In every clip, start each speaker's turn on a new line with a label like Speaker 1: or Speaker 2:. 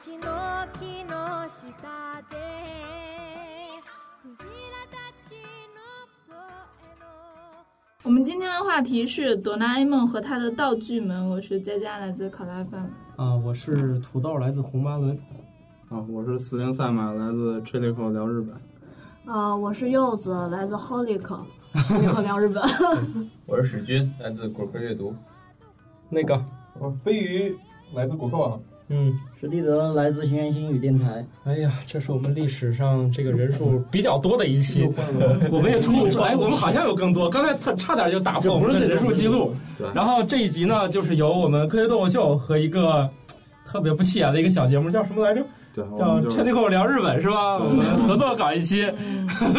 Speaker 1: ちの木の下でクジラたちの声の
Speaker 2: 我们今天的话题是《哆啦 A 梦》和他的道具们。我是佳佳，来自考拉饭。
Speaker 3: 啊，我是土豆，来自红巴伦。
Speaker 4: 啊，我是四零赛马，来自 c h i l i c o 聊日本。
Speaker 5: 呃，我是柚子，来自 Holic，你可聊日本。
Speaker 6: 我是史军，来自果壳阅读。
Speaker 3: 那个，
Speaker 7: 我飞鱼来自果壳网，
Speaker 3: 嗯，
Speaker 8: 史蒂德来自新安新语电台，
Speaker 3: 哎呀，这是我们历史上这个人数比较多的一期，我们也出不出来，我们好像有更多，刚才他差点就打破我们的人数记录。
Speaker 6: 对
Speaker 3: 然后这一集呢，就是由我们科学脱口秀和一个特别不起眼的一个小节目，叫什么来着？
Speaker 4: 对，我
Speaker 3: 叫
Speaker 4: 们
Speaker 3: 《
Speaker 4: 就是
Speaker 3: 彻底跟我聊日本》是吧？
Speaker 4: 对
Speaker 3: 我们合作搞一期，
Speaker 4: 我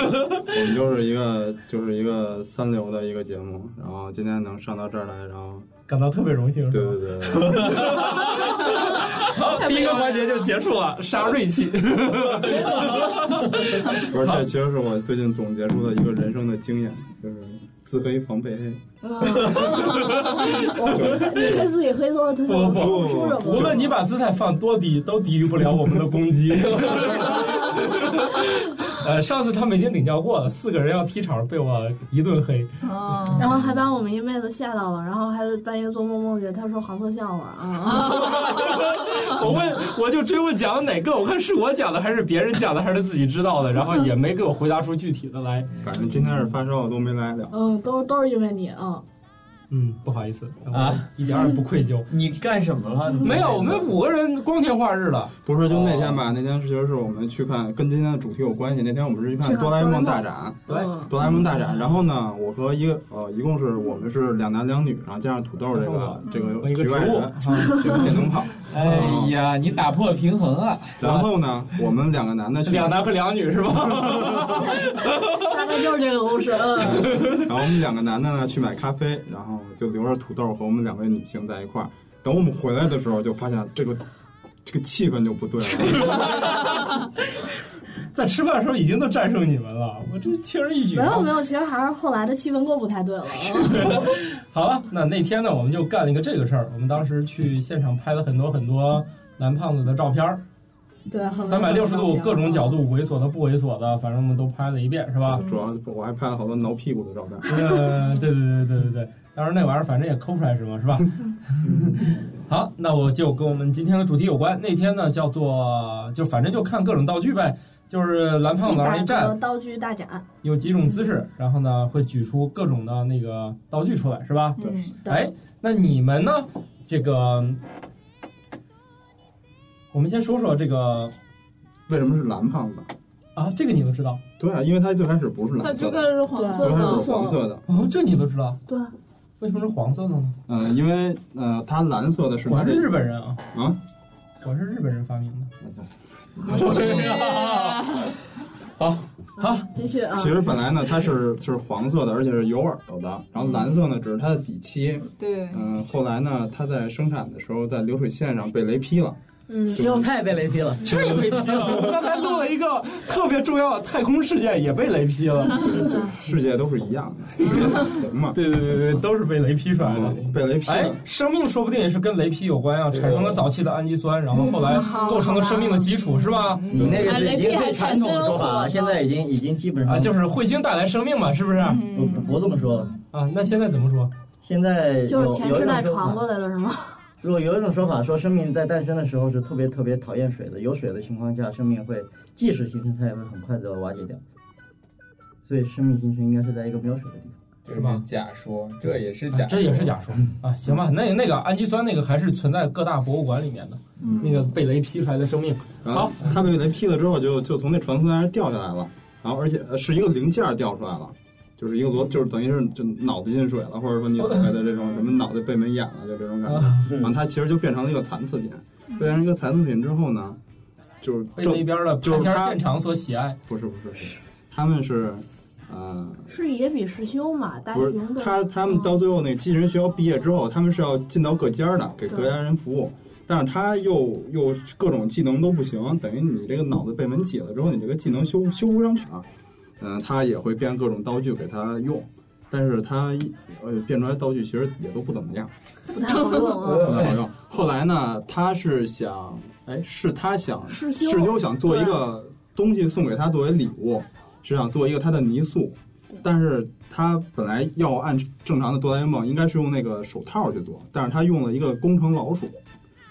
Speaker 4: 们就是一个就是一个三流的一个节目，然后今天能上到这儿来，然后
Speaker 3: 感到特别荣幸。
Speaker 4: 对对对对，
Speaker 3: 好，第一个环节就结束了，杀锐气。
Speaker 4: 对不是这其实是我最近总结出的一个人生的经验，就是自黑防被黑。
Speaker 5: 我你对自己黑松的特
Speaker 3: 不不
Speaker 5: 出
Speaker 4: 不
Speaker 5: 出什
Speaker 3: 无
Speaker 5: 么？
Speaker 3: 论你把姿态放多低，都抵御不了我们的攻击。 呃，上次他们已经领教过了，四个人要踢场被我一顿黑。
Speaker 2: 嗯，
Speaker 5: 然后还把我们一妹子吓到了，然后还半夜做梦梦见她说黄色笑话啊，
Speaker 3: 我问，我就追问讲的哪个，我看是我讲的还是别人讲的，还是自己知道的，然后也没给我回答出具体的来。
Speaker 4: 反正今天是发烧，我都没来了。
Speaker 5: 嗯，都都是因为你，嗯，
Speaker 3: 嗯，不好意思
Speaker 6: 啊，
Speaker 3: 一点儿也不愧疚。
Speaker 6: 你干什么了？
Speaker 3: 没有，我们五个人光天化日了。
Speaker 4: 不是，就那天
Speaker 5: 哦
Speaker 4: 吧，那天是其实是我们去看，跟今天的主题有关系。那天我们是去看
Speaker 5: 去
Speaker 4: 《
Speaker 5: 看
Speaker 4: 哆啦 A 梦
Speaker 5: 哆啦 A
Speaker 4: 大
Speaker 5: 梦
Speaker 4: 展
Speaker 3: 对，
Speaker 5: 嗯》，
Speaker 4: 哆啦 A 梦大展。然后呢，我和一个呃，一共是我们是两男两女，然后加上土豆这个这
Speaker 3: 我
Speaker 4: 个
Speaker 3: 一个
Speaker 4: 局
Speaker 3: 植
Speaker 4: 外
Speaker 3: 物
Speaker 4: 人，。这个电灯泡。
Speaker 6: 哎呀，你打破了平衡啊！
Speaker 4: 然后呢，我们两个男的 去，
Speaker 3: 两
Speaker 4: 然
Speaker 3: 男和两女是吧？
Speaker 5: 大概就是这个故事，嗯，
Speaker 4: 后我们两个男的呢去买咖啡，然后就留着土豆和我们两位女性在一块儿。等我们回来的时候，就发现这个这个气氛就不对 了。
Speaker 3: 在吃饭的时候已经都战胜你们了，我这轻而易举
Speaker 5: 没
Speaker 3: 啊。
Speaker 5: 有没有，其实还是后来的气氛过不太对了，
Speaker 3: 好了，那那天呢，我们就干了一个这个事儿。我们当时去现场拍了很多很多男胖子的照片儿，
Speaker 5: 嗯 对，
Speaker 3: 三百六十度各种角度，猥琐的不猥琐的，反正我们都拍了一遍，是吧？
Speaker 4: 主要是我还拍了好多挠屁股的照片。
Speaker 3: 呃，对对对对对对，当时那玩意儿反正也抠不出来什么，是 吧？好，那我就跟我们今天的主题有关。那天呢，叫做就反正就看各种道具呗，就是蓝胖
Speaker 5: 一
Speaker 3: 子往那
Speaker 5: 百
Speaker 3: 一站
Speaker 5: 个，道具大展，
Speaker 3: 有几种姿势，然后呢会举出各种的那个道具出来，是
Speaker 5: 嗯
Speaker 3: 吧？
Speaker 4: 对
Speaker 5: 对
Speaker 3: 哎，那你们呢？这个，我们先说说这个
Speaker 4: 为什么是蓝胖子？
Speaker 3: 啊，这个你都知道
Speaker 4: 对啊，因为他最开始不是蓝色的，
Speaker 2: 是
Speaker 5: 黄色
Speaker 4: 最
Speaker 5: 的
Speaker 4: 开始是黄色的。
Speaker 3: 哦，这你都知道，
Speaker 5: 对，
Speaker 3: 为什么是黄色的呢？
Speaker 4: 嗯、因为呃，它蓝色的是
Speaker 3: 我
Speaker 4: 它
Speaker 3: 是
Speaker 4: 这
Speaker 3: 日本人啊，
Speaker 4: 啊，
Speaker 3: 我是日本人发明的。
Speaker 5: 继续
Speaker 9: 嗯
Speaker 5: 啊，
Speaker 4: 其实本来呢它是是黄色的，而且是有耳朵的。然后蓝色呢只是它的底漆。
Speaker 9: 对，
Speaker 4: 嗯、后来呢它在生产的时候在流水线上被雷劈了。
Speaker 5: 嗯，
Speaker 4: 就
Speaker 8: 正太被雷劈了，
Speaker 3: 这也被批了，我刚才录了一个特别重要的太空事件，也被雷劈了。
Speaker 4: 就世界都是一样的，世界不同嘛。
Speaker 3: 对对对对，都是被雷劈出来的。
Speaker 4: 嗯被雷 劈
Speaker 3: 哎
Speaker 4: 了，，
Speaker 3: 生命说不定也是跟雷劈有关啊，产生了早期的氨基酸，然后后来构成了生命的基础，是吧？
Speaker 6: 嗯
Speaker 8: 你那
Speaker 10: 啊
Speaker 8: 个是已经最传统的说法了，现在已经已经基本上
Speaker 4: 嗯
Speaker 3: 啊，就是彗星带来生命嘛，是不是？啊，
Speaker 10: 嗯
Speaker 2: 嗯
Speaker 8: 不不不这么说了。
Speaker 3: 那现在怎么说？
Speaker 8: 现在有
Speaker 5: 就是前
Speaker 8: 有一
Speaker 5: 世
Speaker 8: 种
Speaker 5: 代
Speaker 8: 说
Speaker 5: 传
Speaker 8: 法
Speaker 5: 过来的是吗？
Speaker 8: 如果有一种说法说，生命在诞生的时候是特别特别讨厌水的，有水的情况下，生命会即使形成，它也会很快的瓦解掉。所以，生命形成应该是在一个没有水的地方。
Speaker 6: 这
Speaker 3: 是
Speaker 7: 嗯
Speaker 3: 吧
Speaker 6: 是假说，这也是
Speaker 7: 啊
Speaker 6: 假，
Speaker 3: 这也是。假说
Speaker 4: 嗯
Speaker 3: 啊。行吧，那那个氨基酸那个还是存在各大博物馆里面的，那个被雷劈出来的生命。
Speaker 4: 然后它被雷劈了之后就就从那船舱上掉下来了，然后而且呃是一个零件掉出来了。就是一个螺，就是等于是就脑子进水了，或者说你所谓的这种什么脑袋被门掩了，就这种感觉。
Speaker 3: 啊，
Speaker 4: 然后它其实就变成了一个残次品。变成一个残次品之后呢，就是
Speaker 3: 被
Speaker 4: 正
Speaker 3: 那边的
Speaker 4: 就是
Speaker 3: 拍片
Speaker 4: 他
Speaker 3: 现场所喜爱。
Speaker 4: 不是不是不是，他们是，呃，
Speaker 5: 是野比世修嘛，大
Speaker 4: 不是
Speaker 5: 雄的
Speaker 4: 他他们到最后那个机器人学校毕业之后，他们是要进到各尖儿的，给
Speaker 5: 对
Speaker 4: 各家人服务。但是他又又各种技能都不行，等于你这个脑子被门挤了之后，你这个技能修修不上去啊。嗯、他也会变各种道具给他用，但是他一呃变出来道具其实也都不怎么样，
Speaker 5: 不太好用啊。
Speaker 4: 不太好用。后来呢，他是想，哎，是他想
Speaker 5: 世修
Speaker 4: 世修想做一个东西送给他作为礼物，是想做一个他的泥塑，但是他本来要按正常的哆啦 A 梦应该是用那个手套去做，但是他用了一个工程老鼠，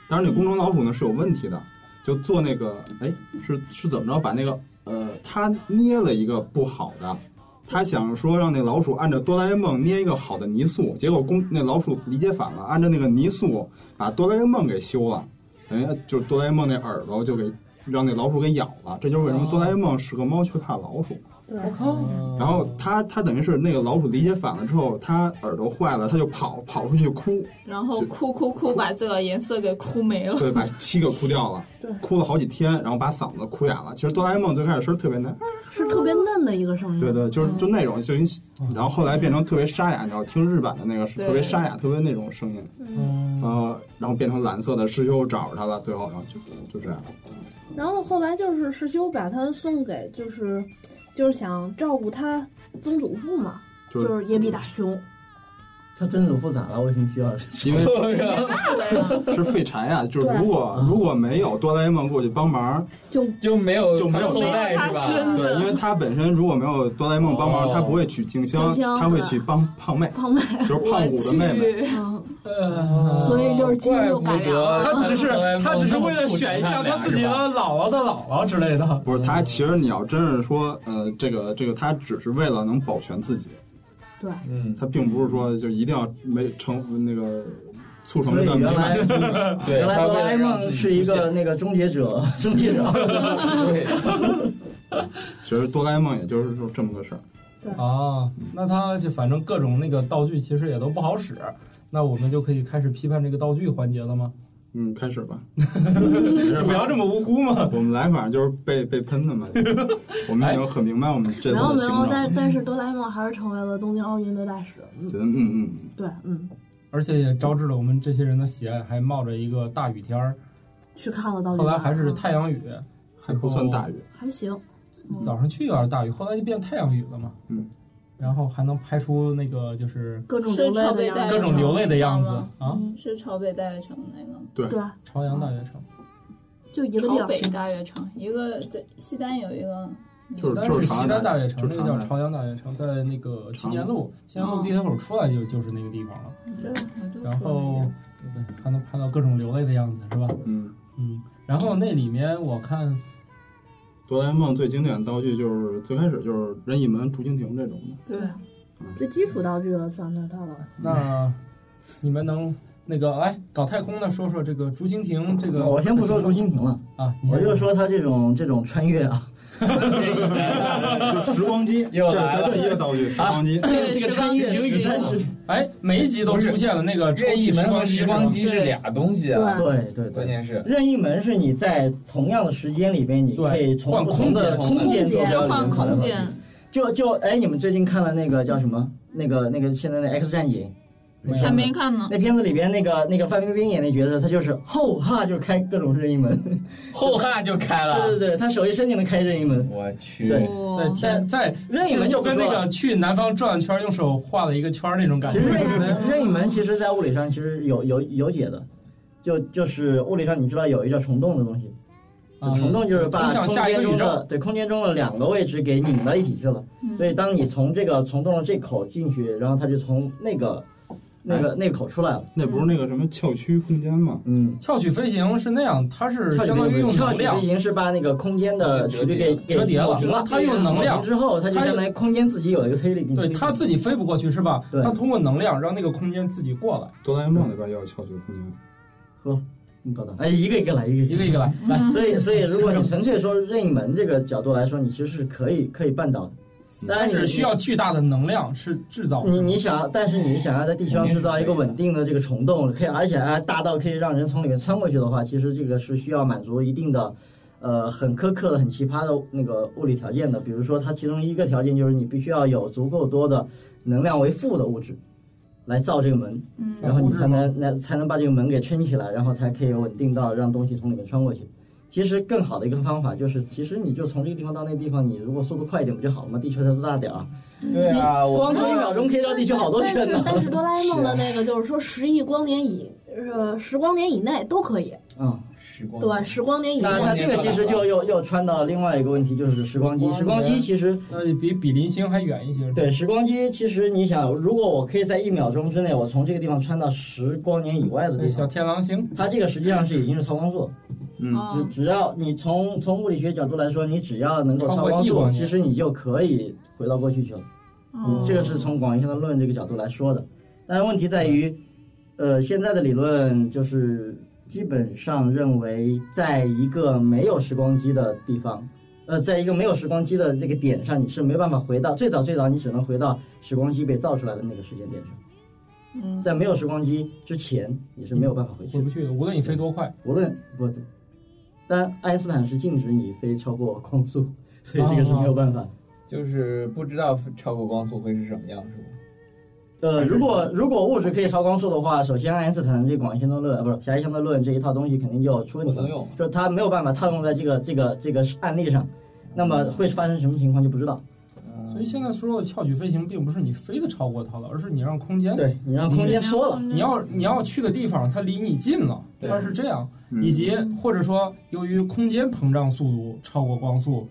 Speaker 4: 当然那工程老鼠呢是有问题的，就做那个哎是是怎么着把那个呃他捏了一个不好的。他想说让那老鼠按照哆啦 A 梦捏一个好的泥塑，结果公那老鼠理解反了，按照那个泥塑把哆啦 A 梦给修了，等于就是哆啦 A 梦那耳朵就给让那老鼠给咬了。这就是为什么哆啦 A 梦是个猫却怕老鼠。
Speaker 5: 对，
Speaker 3: 嗯
Speaker 4: 然后他他等于是那个老鼠理解反了之后，他耳朵坏了，他就跑跑出去哭，
Speaker 2: 然后
Speaker 4: 就
Speaker 2: 哭哭哭，把自个儿颜色给哭没 了。
Speaker 4: 对，把七个哭掉了，哭了好几天，然后把嗓子哭哑了。其实哆啦 A 梦最开始声儿特别难，
Speaker 5: 是特别嫩的一个
Speaker 2: 嗯
Speaker 5: 声音。
Speaker 4: 对对，就是就那种，就然后后来变成特别沙哑，你要听日版的那个是
Speaker 2: 对嗯
Speaker 4: 特别沙哑，特别那种声音，
Speaker 3: 嗯
Speaker 4: 呃，然后变成蓝色的，师兄找着他了，最后然后就就这样，
Speaker 9: 然后后来就是世修把他送给，就是就是想照顾他曾祖父嘛，
Speaker 4: 就
Speaker 5: 就是野比大雄，
Speaker 8: 他曾祖父咋了？为什么需要？
Speaker 4: 因为
Speaker 5: 对，
Speaker 4: 是废柴呀，就是如
Speaker 8: 嗯
Speaker 4: 果如果没有哆啦 A 梦过去帮忙，
Speaker 6: 就没有
Speaker 4: 就没有
Speaker 6: 送带
Speaker 2: 没
Speaker 6: 是
Speaker 2: 有他
Speaker 6: 吧？
Speaker 2: 孙
Speaker 4: 对，因为他本身如果没有哆啦 A 梦帮忙，
Speaker 6: 哦
Speaker 4: 他不会娶静香
Speaker 5: 静，香
Speaker 4: 他会
Speaker 5: 对
Speaker 4: 娶帮 胖妹，
Speaker 5: 胖妹，
Speaker 4: 就是
Speaker 2: 我
Speaker 4: 胖虎的妹妹。
Speaker 2: 去，
Speaker 5: 嗯，
Speaker 3: 呃，
Speaker 5: 所以就是基因
Speaker 6: 怪
Speaker 5: 就
Speaker 6: 不
Speaker 5: 改良
Speaker 6: 得
Speaker 5: 了
Speaker 3: 他只是
Speaker 6: 哆啦 A 梦
Speaker 3: 他只是为了选一下他自己的姥姥的姥姥之类的。
Speaker 4: 不是
Speaker 8: 嗯
Speaker 4: 他，其实你要真是说，呃，这个这个，他只是为了能保全自己，
Speaker 7: 嗯，
Speaker 4: 他并不是说就一定要没成那个促成
Speaker 8: 所
Speaker 4: 这
Speaker 8: 以
Speaker 4: 个美
Speaker 8: 原来
Speaker 4: 满。
Speaker 7: 嗯
Speaker 6: 对，
Speaker 8: 原来
Speaker 6: 他为
Speaker 8: 哆啦
Speaker 6: 了
Speaker 8: A
Speaker 6: 让自
Speaker 8: 梦
Speaker 6: 己
Speaker 8: 是一
Speaker 6: 出
Speaker 8: 个
Speaker 6: 现
Speaker 8: 那个终结者，终结 者。
Speaker 6: 对，
Speaker 4: 其实哆啦 A 梦也就是说这么个事儿。
Speaker 3: 啊，那他就反正各种那个道具其实也都不好使，那我们就可以开始批判这个道具环节了吗？
Speaker 4: 嗯，开始吧。
Speaker 3: 不要这么无辜嘛！
Speaker 4: 我们来反正就是被被喷的嘛。我们已经很明白我们这次
Speaker 5: 没有
Speaker 4: 的
Speaker 5: 没
Speaker 4: 行
Speaker 5: 有，
Speaker 4: 程。
Speaker 5: 但
Speaker 6: 嗯
Speaker 5: 但是哆啦 A 梦还是成为了东京奥运的大使。嗯，
Speaker 4: 觉得嗯嗯嗯，
Speaker 5: 对，嗯，
Speaker 3: 而且也招致了我们这些人的喜爱，还冒着一个大雨天儿，
Speaker 5: 去看了到
Speaker 2: 哦
Speaker 5: 底。嗯
Speaker 3: 后来还是太阳雨，
Speaker 4: 还不算
Speaker 3: 哦
Speaker 4: 大雨。
Speaker 5: 还行，嗯
Speaker 3: 早上去有点大雨，后来就变太阳雨了嘛。
Speaker 4: 嗯，
Speaker 3: 然后还能拍出那个就是
Speaker 5: 各种
Speaker 2: 是
Speaker 5: 流
Speaker 2: 朝
Speaker 5: 泪的
Speaker 2: 北大
Speaker 5: 样
Speaker 2: 悦
Speaker 5: 子
Speaker 3: 各
Speaker 2: 城
Speaker 3: 种流泪的样子
Speaker 2: 那个吗
Speaker 3: 啊！
Speaker 5: 嗯
Speaker 2: 是朝北大悦城那个吗？
Speaker 5: 对，啊
Speaker 3: 朝阳大悦城，
Speaker 5: 就一个地
Speaker 2: 朝
Speaker 5: 儿
Speaker 2: 北。大悦城，一个在西单有一个，
Speaker 4: 就是
Speaker 3: 但
Speaker 4: 就是是
Speaker 3: 西
Speaker 4: 长
Speaker 3: 单
Speaker 4: 安
Speaker 3: 大悦
Speaker 4: 就
Speaker 3: 城，
Speaker 4: 是
Speaker 3: 那个
Speaker 4: 长
Speaker 3: 叫
Speaker 4: 安
Speaker 3: 朝阳大悦城，在那个青年路，青年路
Speaker 2: 嗯
Speaker 3: 地铁口出来就就是那个地方了。
Speaker 2: 这我就
Speaker 3: 然
Speaker 2: 说
Speaker 3: 后
Speaker 2: 了
Speaker 3: 对，还能拍到各种流泪的样子，是吧？
Speaker 4: 嗯，
Speaker 3: 嗯，然后那里面我看
Speaker 4: 哆啦 A 梦最经典的道具就是最开始就是任意门、竹蜻蜓这种的。
Speaker 2: 对，
Speaker 9: 最基础道具了，算得到 了。
Speaker 3: 那你们能那个哎，搞太空的说说这个竹蜻蜓这个，
Speaker 8: 我先不说竹蜻蜓了，
Speaker 3: 啊，你
Speaker 8: 我
Speaker 3: 先
Speaker 8: 就说他这种这种穿越啊，
Speaker 4: 就时光 机，
Speaker 6: 又
Speaker 4: 这是
Speaker 6: 来
Speaker 4: 咱
Speaker 6: 了
Speaker 4: 的一个道具，时光机。
Speaker 3: 啊
Speaker 2: 这个
Speaker 8: 这个
Speaker 2: 时
Speaker 8: 穿
Speaker 2: 光机
Speaker 8: 越实在是
Speaker 2: 是
Speaker 3: 哎，每一集都出现了那个
Speaker 6: 任意门和时光机是俩东西啊，
Speaker 8: 对对
Speaker 6: 关
Speaker 8: 对。
Speaker 6: 键是
Speaker 8: 任意门是你在同样的时间里边，你可以从
Speaker 3: 换
Speaker 8: 不同的
Speaker 6: 空间
Speaker 8: 空间走
Speaker 2: 交
Speaker 8: 到
Speaker 2: 换
Speaker 8: 里面来
Speaker 2: 空
Speaker 8: 嘛
Speaker 2: 间，
Speaker 8: 就就哎，你们最近看了那个叫什么？那个那个现在那 X 战警，
Speaker 3: 没
Speaker 2: 还
Speaker 3: 有
Speaker 2: 没看呢。
Speaker 8: 那片子里边那个那个范冰冰演的角色，她就是后哈就开各种任意门，
Speaker 6: 后汉就开
Speaker 8: 对对
Speaker 6: 了，
Speaker 8: 对，她手一伸就能开任意门。
Speaker 6: 我去，
Speaker 8: 对
Speaker 3: 在
Speaker 2: 哇，
Speaker 3: 天在
Speaker 8: 任意门
Speaker 3: 就
Speaker 8: 不
Speaker 3: 跟
Speaker 8: 说
Speaker 3: 那
Speaker 8: 了
Speaker 3: 个去南方转了圈，用手画了一个圈儿那种感
Speaker 8: 其实任意
Speaker 3: 觉。
Speaker 8: 门，任意门其实在物理上其实有有有解的，就就是物理上你知道有一个叫虫洞的东西，
Speaker 3: 啊
Speaker 8: 虫洞就是把
Speaker 3: 通向
Speaker 8: 空
Speaker 3: 下一个
Speaker 8: 间
Speaker 3: 宇宙
Speaker 8: 中的对空间中的两个位置给拧到一起去了，
Speaker 2: 嗯
Speaker 8: 所以当你从这个虫洞的这口进去，然后它就从那个那
Speaker 3: 哎
Speaker 8: 个那个口出来了，
Speaker 4: 那不是那个什么校区空间吗？
Speaker 8: 嗯。
Speaker 3: 翘曲飞行是那样，它是
Speaker 8: 跳
Speaker 3: 相当于用能量
Speaker 8: 已，经是把那个空间的曲率给
Speaker 3: 折叠了
Speaker 8: 抹平了。
Speaker 3: 它用能量
Speaker 8: 抹平之后，它就相当于空间自己有一个推力给你。
Speaker 3: 对，它自己飞不过去是吧？
Speaker 8: 对
Speaker 3: 它通过能量让那个空间自己过来，
Speaker 4: 哆啦 A 梦里边也有校区空间。
Speaker 8: 你搞的，哎，一个一个来，一个一
Speaker 3: 一
Speaker 8: 个。
Speaker 3: 个一个来。哎来，
Speaker 8: 所以，所以
Speaker 3: 嗯
Speaker 8: 如果你纯粹说任意门这个角度来说，你其实是可以可以办到的。当然
Speaker 3: 嗯但是
Speaker 8: 你
Speaker 3: 需要巨大的能量是制造的。
Speaker 8: 你你想要，但是你想要在地球上制造一个稳定的这个虫洞，可以而且还大到可以让人从里面穿过去的话，其实这个是需要满足一定的。呃，很苛刻的、很奇葩的那个物理条件的，比如说它其中一个条件就是你必须要有足够多的能量为负的物质来造这个门，
Speaker 2: 嗯
Speaker 8: 然后你才能那才能把这个门给撑起来，然后才可以稳定到让东西从里面穿过去。其实更好的一个方法就是，其实你就从这个地方到那个地方，你如果速度快一点不就好了吗？地球才多大点儿啊？
Speaker 6: 对啊，我
Speaker 8: 光说一秒钟可以绕地球好多圈呢。
Speaker 5: 但是哆啦 A 梦的那个就是说十亿光年以呃十光年以内都可以，
Speaker 8: 嗯，
Speaker 6: 时光
Speaker 5: 对，十光年以
Speaker 8: 那
Speaker 5: 内
Speaker 8: 那这个其实就又又穿到另外一个问题，就是时光机。时光机其实
Speaker 3: 那你比比邻星还远一些。
Speaker 8: 对，时光机其实你想，如果我可以在一秒钟之内，我从这个地方穿到十光年以外的
Speaker 3: 那
Speaker 8: 地
Speaker 3: 小
Speaker 8: 方，
Speaker 3: 天狼星，
Speaker 8: 它这个实际上是已经是超光速。
Speaker 4: 嗯，
Speaker 8: 只
Speaker 2: 哦，
Speaker 8: 只要你从从物理学角度来说，你只要能够
Speaker 3: 超
Speaker 8: 超
Speaker 3: 过
Speaker 8: 光
Speaker 3: 一光
Speaker 8: 速，
Speaker 3: 年
Speaker 8: 其实你就可以回到过去去了。
Speaker 2: 哦
Speaker 8: 这个是从广义相对论这个角度来说的。但是问题在于，
Speaker 3: 嗯
Speaker 8: 呃，现在的理论就是基本上认为，在一个没有时光机的地方，呃，在一个没有时光机的那个点上，你是没办法回到最早最早，你只能回到时光机被造出来的那个时间点上。
Speaker 2: 嗯
Speaker 8: 在没有时光机之前，你是没有办法回去
Speaker 3: 回
Speaker 8: 的
Speaker 3: 不。去的，无论你飞多快。
Speaker 8: 无论不，但爱因斯坦是禁止你飞超过光速，所以这个是没有办法。
Speaker 6: 就是不知道超过光速会是什么样，是吗？
Speaker 8: 呃，如果如果物质可以超光速的话，首先爱因斯坦的这个广义相对论，呃，不是狭义相对论这一套东西肯定就出问
Speaker 6: 不
Speaker 8: 题了
Speaker 6: 能，用。
Speaker 8: 就是它没有办法套用在这个这个这个案例上，那
Speaker 6: 嗯
Speaker 8: 么会发生什么情况就不知道。
Speaker 7: 嗯
Speaker 3: 所以现在说的翘曲飞行，并不是你飞得超过它了，而是你让空间，
Speaker 8: 对你让空间缩了，
Speaker 3: 你要你要去的地方它离你近了，
Speaker 6: 对
Speaker 3: 它是这样，
Speaker 4: 嗯
Speaker 3: 以及或者说由于空间膨胀速度超过光速，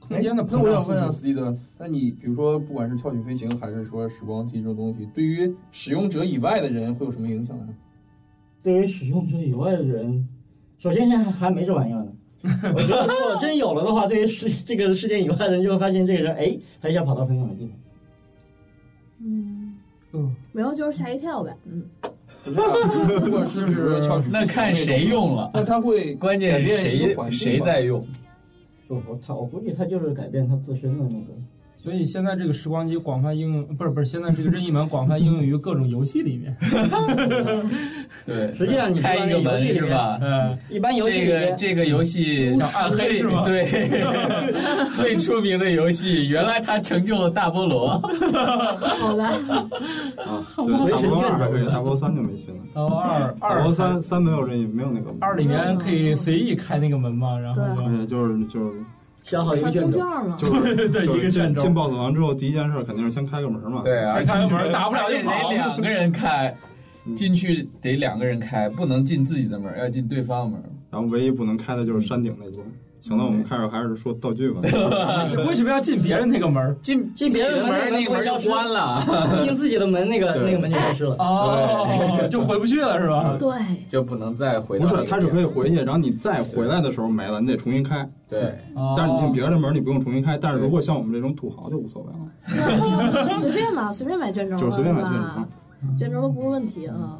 Speaker 3: 空间的
Speaker 7: 那
Speaker 6: 哎
Speaker 3: 膨
Speaker 7: 我
Speaker 3: 胀
Speaker 7: 想
Speaker 3: 速
Speaker 7: 问下
Speaker 6: 啊
Speaker 3: 度。
Speaker 7: 斯蒂德，那你比如说，不管是跳举飞行，还是说时光机这种东西，对于使用者以外的人会有什么影响呢？
Speaker 8: 对于使用者以外的人，首先现在还没这玩意儿呢。我觉得如果真有了的话，对于世这个世界以外的人，就会发现这个人，哎，他一下跑到很远的地方。
Speaker 5: 嗯，
Speaker 3: 嗯，
Speaker 5: 没有就是吓一跳呗，嗯，
Speaker 7: 我觉 得啊不管是比如说跳举，
Speaker 6: 那看谁用了，
Speaker 7: 那它会
Speaker 6: 关键是
Speaker 7: 改变一
Speaker 6: 谁
Speaker 7: 个环境吧
Speaker 6: 谁在用。
Speaker 8: 我我他我估计他就是改变他自身的那个。
Speaker 3: 所以现在这个时光机广泛应用，不是不是，现在这个任意门广泛应用于各种游戏里面。
Speaker 6: 对，
Speaker 8: 实际上你知道
Speaker 6: 开一个
Speaker 8: 那游
Speaker 6: 门
Speaker 8: 戏里
Speaker 6: 是
Speaker 8: 面
Speaker 6: 吧？
Speaker 3: 呃，
Speaker 8: 一般游戏
Speaker 6: 这
Speaker 8: 里
Speaker 6: 个
Speaker 8: 面，
Speaker 6: 这个游戏
Speaker 3: 想暗黑
Speaker 6: 最
Speaker 3: 是吗
Speaker 6: 对， 最出名的游戏，原来它成就了大 菠萝。
Speaker 5: 好吧，
Speaker 4: 啊，对，大菠萝二还可以，大菠萝三就没戏了。
Speaker 3: 到二
Speaker 4: 大菠萝
Speaker 3: 二
Speaker 4: 三三没有任意，没有那个
Speaker 3: 二里
Speaker 5: 嗯
Speaker 3: 面可以随意开那个门嘛，然后
Speaker 4: 而且就是就是
Speaker 8: 消耗一个
Speaker 5: 传送
Speaker 8: 卷轴
Speaker 5: 卷。嘛，
Speaker 4: 就是
Speaker 3: 对
Speaker 4: 就
Speaker 3: 一个
Speaker 4: 是
Speaker 3: 卷
Speaker 4: 进
Speaker 3: 轴
Speaker 4: 进 BOSS 王之后，第一件事肯定是先开个门嘛。
Speaker 6: 对，而且
Speaker 3: 开个门打不了就跑嗯
Speaker 6: 而且得两个人开，进去得两个人开，不能进自己的门，要进对方的门。
Speaker 4: 然后唯一不能开的就是山顶那关。行了，
Speaker 6: 嗯
Speaker 4: 我们开始还是说道具吧。
Speaker 3: 是为什么要进别人那个门儿？
Speaker 6: 进
Speaker 8: 进别人的门
Speaker 6: 门那个门就关了，
Speaker 8: 进自己的门，那个
Speaker 6: 对
Speaker 8: 那个门就消 失了。
Speaker 3: 哦，就回不去了是吧？
Speaker 5: 对，
Speaker 6: 就不能再 回到
Speaker 4: 不
Speaker 6: 那个
Speaker 4: 是，
Speaker 6: 地
Speaker 4: 它
Speaker 6: 方。
Speaker 4: 是可以回去，然后你再回来的时候没了，你得重新开。
Speaker 6: 对，
Speaker 4: 但是你进
Speaker 3: 别
Speaker 4: 别人的门，你不用重新开。但是如果像我们这种土豪就无所谓了，
Speaker 5: 那随便吧，随便买
Speaker 6: 嗯
Speaker 5: 卷轴
Speaker 4: 就是
Speaker 5: 吧，
Speaker 4: 随便买就
Speaker 5: 吧
Speaker 4: 行了。
Speaker 5: 卷轴都不是问题啊，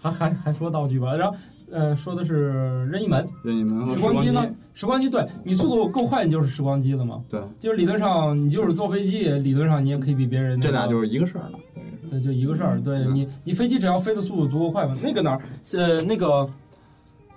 Speaker 3: 还还还说道具吧，然后呃说的是任意门，
Speaker 4: 任意门和
Speaker 3: 时
Speaker 4: 时
Speaker 3: 光
Speaker 4: 光
Speaker 3: 机
Speaker 4: 机
Speaker 3: 呢？时光机对你速度够快，你就是时光机了嘛。
Speaker 4: 对，
Speaker 3: 就是理论上你就是坐飞机，理论上你也可以比别人那
Speaker 4: 这
Speaker 3: 个
Speaker 4: 俩就是一个事儿了。
Speaker 6: 嗯
Speaker 3: 对，
Speaker 4: 对
Speaker 3: 就一个事儿。对
Speaker 4: 嗯
Speaker 3: 你，你飞机只要飞的速度足够快嘛。那个哪儿，呃，那个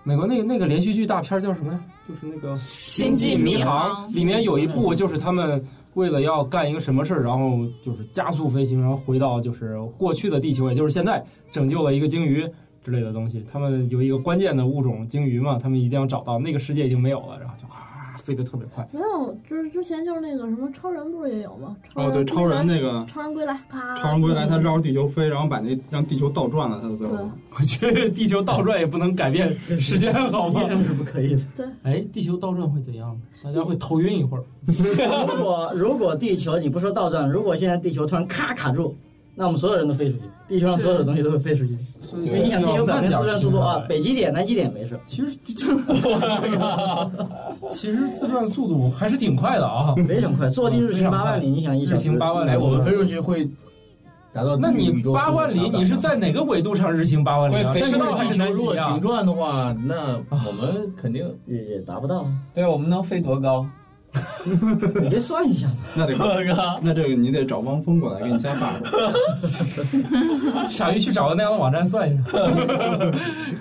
Speaker 3: 美国那个那个连续剧大片儿叫什么呀？就是那个《
Speaker 2: 星际迷航
Speaker 3: 里面有一部就是他们为了要干一个什么事儿，然后就是加速飞行，然后回到就是过去的地球，也就是现在，拯救了一个鲸鱼。之类的东西，他们有一个关键的物种鲸鱼嘛，他们一定要找到。那个世界已经没有了，然后就啊飞得特别快。
Speaker 5: 没有，就是之前就是那个什么超人不是也有吗？超
Speaker 4: 哦，
Speaker 5: 人
Speaker 4: 对，超人
Speaker 5: 归来
Speaker 4: 那个
Speaker 5: 超人归来，咔，
Speaker 4: 超人嗯归来，他绕着地球飞，然后把那让地球倒转了，他就最
Speaker 5: 对
Speaker 4: 后。
Speaker 3: 我觉得地球倒转也不能改变时间，好
Speaker 8: 实
Speaker 3: 吗
Speaker 8: 际？上是不可以的。
Speaker 3: 哎，地球倒转会怎样？大家会头晕一会儿。
Speaker 8: 如果如果地球你不说倒转，如果现在地球突然咔卡住，那我们所有人都飞出去，地球上所有的东西都会飞出去。
Speaker 3: 所以
Speaker 8: 就你想地球表面自转速度啊，北极点、南极点没事。
Speaker 3: 其实 其实自转速度还是挺快的 啊。
Speaker 8: 非常快，坐地日行八万里，你想一小
Speaker 3: 日
Speaker 8: 时
Speaker 3: 行八万里
Speaker 6: 哎，我们飞出去会达到
Speaker 3: 那你
Speaker 6: 宇宙速度
Speaker 3: 八万里，
Speaker 6: 的
Speaker 3: 你是在哪个纬度上日行八万里啊？
Speaker 6: 会飞
Speaker 3: 赤
Speaker 6: 出
Speaker 3: 道还是南
Speaker 7: 如
Speaker 3: 极
Speaker 7: 果
Speaker 3: 啊
Speaker 7: 停？转的话，那我们肯 定
Speaker 8: 也也达不到啊。
Speaker 6: 对，我们能飞多高？
Speaker 8: 你别算一下，
Speaker 4: 那得那这个你得找汪峰过来给你加 buff。
Speaker 3: 傻鱼去找个那样的网站算一下。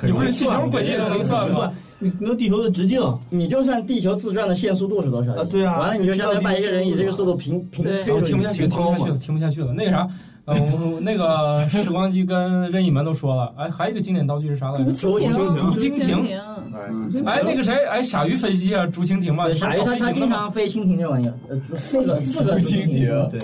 Speaker 3: 你不是气球轨迹都能算吗？
Speaker 11: 你没有地球的直径，
Speaker 8: 你就算地球自转的限速度是多少
Speaker 11: 啊对啊
Speaker 8: 完了你就相当于把一个人以这个速度平平
Speaker 2: 对
Speaker 8: 推
Speaker 3: 我
Speaker 8: 出去
Speaker 3: 听不下去，听不下去了，听不下去了。那个啥，呃，我我那个时光机跟任意门都说了，哎，还有一个经典道具是啥来着？
Speaker 8: 球
Speaker 4: 我就
Speaker 3: 竹
Speaker 4: 想
Speaker 3: 蜻蜓。
Speaker 2: 蜓，
Speaker 7: 哎，
Speaker 4: 嗯
Speaker 3: 哎，那个谁，哎，傻鱼分析啊，竹蜻蜓嘛，
Speaker 8: 对，傻鱼他他经
Speaker 3: 经常
Speaker 8: 常飞蜻蜓这玩意儿，呃，四个四个蜻蜓，
Speaker 11: 对，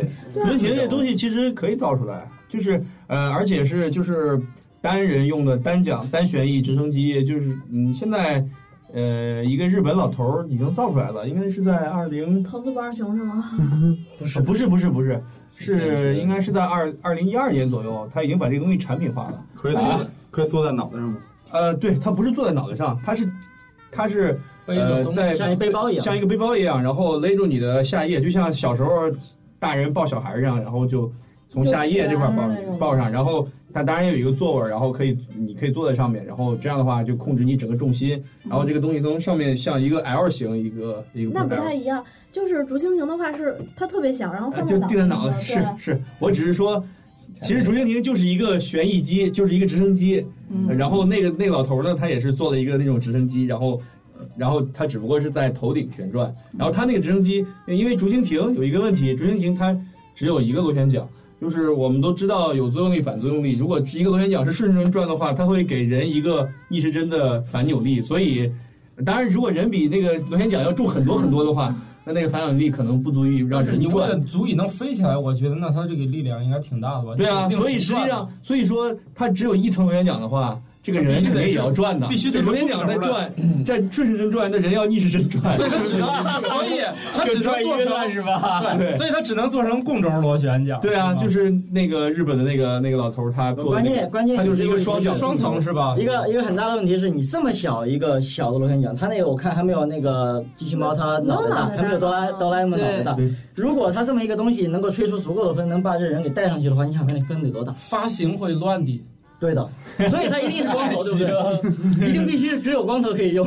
Speaker 11: 人体这东西其实可以造出来，就是呃，而且是就是单人用的单桨单旋翼直升机，就是嗯，现在呃一个日本老头儿已经造出来了，应该是在二零、
Speaker 5: 投资不二雄是吗？
Speaker 8: 不
Speaker 11: 呃不是不是不是，
Speaker 6: 是
Speaker 11: 是应该是在二二零一二年左右，他已经把这个东西产品化了。
Speaker 4: 可以
Speaker 6: 啊
Speaker 4: 坐，可以坐在脑袋上吗？
Speaker 11: 呃，对，他不是坐在脑袋上，他是他是
Speaker 3: 背着
Speaker 11: 呃
Speaker 3: 东西。
Speaker 11: 在
Speaker 8: 像一背包一样，
Speaker 11: 像一个背包一样，然后勒住你的下腋，就像小时候大人抱小孩一样，然后就从下腋这块
Speaker 9: 就起来了那
Speaker 11: 抱
Speaker 9: 种
Speaker 11: 抱上，然后它当然有一个座位，然后可以你可以坐在上面，然后这样的话就控制你整个重心，然后这个东西从上面像一个 L 型一个一个
Speaker 9: 嗯那不
Speaker 11: L
Speaker 9: 太一样，就是竹蜻蜓的话是它特别小，然后
Speaker 11: 呃
Speaker 9: 放
Speaker 11: 就
Speaker 9: 在
Speaker 11: 定在脑
Speaker 9: 袋
Speaker 11: 袋，
Speaker 9: 上
Speaker 11: 是
Speaker 9: 对
Speaker 11: 是，我只是说，其实竹蜻蜓就是一个旋翼机，就是一个直升机，
Speaker 2: 嗯，
Speaker 11: 然后那个那老头儿呢，他也是做了一个那种直升机，然后，呃然后他只不过是在头顶旋转，然后他那个直升机，因为竹蜻蜓有一个问题，竹蜻蜓它只有一个螺旋桨，就是我们都知道有作用力反作用力，如果一个螺旋桨是顺时针转的话，它会给人一个逆时针的反扭力，所以，当然如果人比那个螺旋桨要重很多很多的话，那那个反扭力可能不足以让
Speaker 3: 但是
Speaker 11: 人
Speaker 3: 你为
Speaker 11: 转
Speaker 3: 了。足以能飞起来，我觉得那它这个力量应该挺大的吧？
Speaker 11: 对啊，
Speaker 3: 一定是
Speaker 11: 所以实际上，所以说它只有一层螺旋桨的话，这个
Speaker 3: 必
Speaker 11: 人
Speaker 3: 须得
Speaker 11: 肯定也
Speaker 3: 是
Speaker 11: 要转的，
Speaker 3: 必须得是
Speaker 11: 螺旋桨在
Speaker 3: 不
Speaker 11: 转，在顺时针转，那人要逆时针转。
Speaker 3: 嗯所以它只能，所以它只能
Speaker 6: 就转一
Speaker 3: 做
Speaker 6: 个转
Speaker 3: 成，
Speaker 6: 是吧？
Speaker 11: 对
Speaker 3: 所以它只能做成共轴螺旋桨。
Speaker 11: 对啊，就是是那个日本的那个那个老头儿，他做的
Speaker 8: 关
Speaker 11: 那
Speaker 8: 键
Speaker 11: 个，
Speaker 8: 关键
Speaker 11: 它就是一个双
Speaker 3: 吧
Speaker 11: 桨
Speaker 3: 双层是吧？
Speaker 8: 一个一个很大的问题是你这么小一个小的螺旋桨，它那个我看还没有那个机器猫它脑袋大，还没有哆啦哆啦 A 梦脑袋大
Speaker 11: 对。
Speaker 8: 如果它这么一个东西能够吹出足够的风，能把这人给带上去的话，你想看那风得多大？
Speaker 3: 发型会乱的。
Speaker 8: 对的，所以它一定是光头，对不对？一定必须只有光头可以用，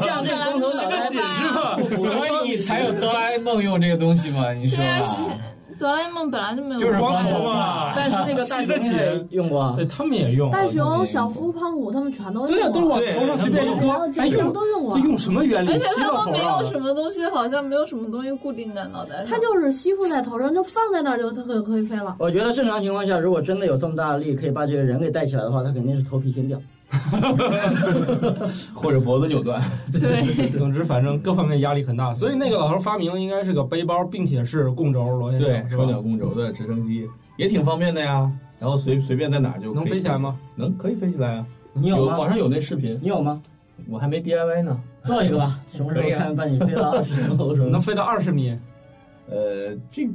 Speaker 8: 这样这个光头脑袋
Speaker 2: 是吧？
Speaker 6: 所以你才有哆啦 A 梦用这个东西嘛？你说
Speaker 2: 对啊，
Speaker 6: 吧
Speaker 2: 其实哆啦 A 梦本来就没有
Speaker 3: 就是光
Speaker 2: 光
Speaker 3: 头
Speaker 2: 嘛，
Speaker 3: 嘛，
Speaker 8: 但是那个大熊也用过啊
Speaker 3: 对，他们也用。
Speaker 5: 大
Speaker 4: 哦
Speaker 5: 熊、小夫、胖虎他们全都
Speaker 3: 对呀，啊
Speaker 5: 用
Speaker 3: 都是
Speaker 5: 过，
Speaker 3: 往头上随便一
Speaker 5: 然后
Speaker 3: 刮。哎
Speaker 5: 极
Speaker 3: 呦
Speaker 5: 性，都用啊过
Speaker 3: 这，用什么原
Speaker 2: 啊而
Speaker 3: 理
Speaker 2: 且
Speaker 3: 吸
Speaker 2: 它
Speaker 3: 到
Speaker 2: 都
Speaker 3: 头
Speaker 2: 没有
Speaker 3: 上？
Speaker 2: 什么东西，好像没有什么东西固定在脑袋上。
Speaker 5: 它就是吸附在头上，就放在那儿就它可以可以飞了。
Speaker 8: 我觉得正常情况下，如果真的有这么大的力可以把这个人给带起来的话，他肯定是头皮先掉。
Speaker 11: 或者脖子扭断。
Speaker 2: 对，
Speaker 3: 总之，反正各方面压力很大，所以那个老头发明应该是个背包，并且是共轴螺旋
Speaker 11: 对
Speaker 3: 桨，，是吧
Speaker 11: 双？桨共轴的直升机也挺方便的呀。然后随随便在哪儿就可以
Speaker 3: 能飞起来？吗？
Speaker 11: 能，可以飞起来啊。
Speaker 8: 你
Speaker 11: 有
Speaker 8: 有
Speaker 11: 网
Speaker 8: 吗？
Speaker 11: 上有那视频，
Speaker 8: 你有吗？
Speaker 11: 我还没 DIY 呢。
Speaker 8: 做一个吧，什么时候看把你飞到二十层楼什么
Speaker 3: 能？飞到二十米？
Speaker 11: 呃，这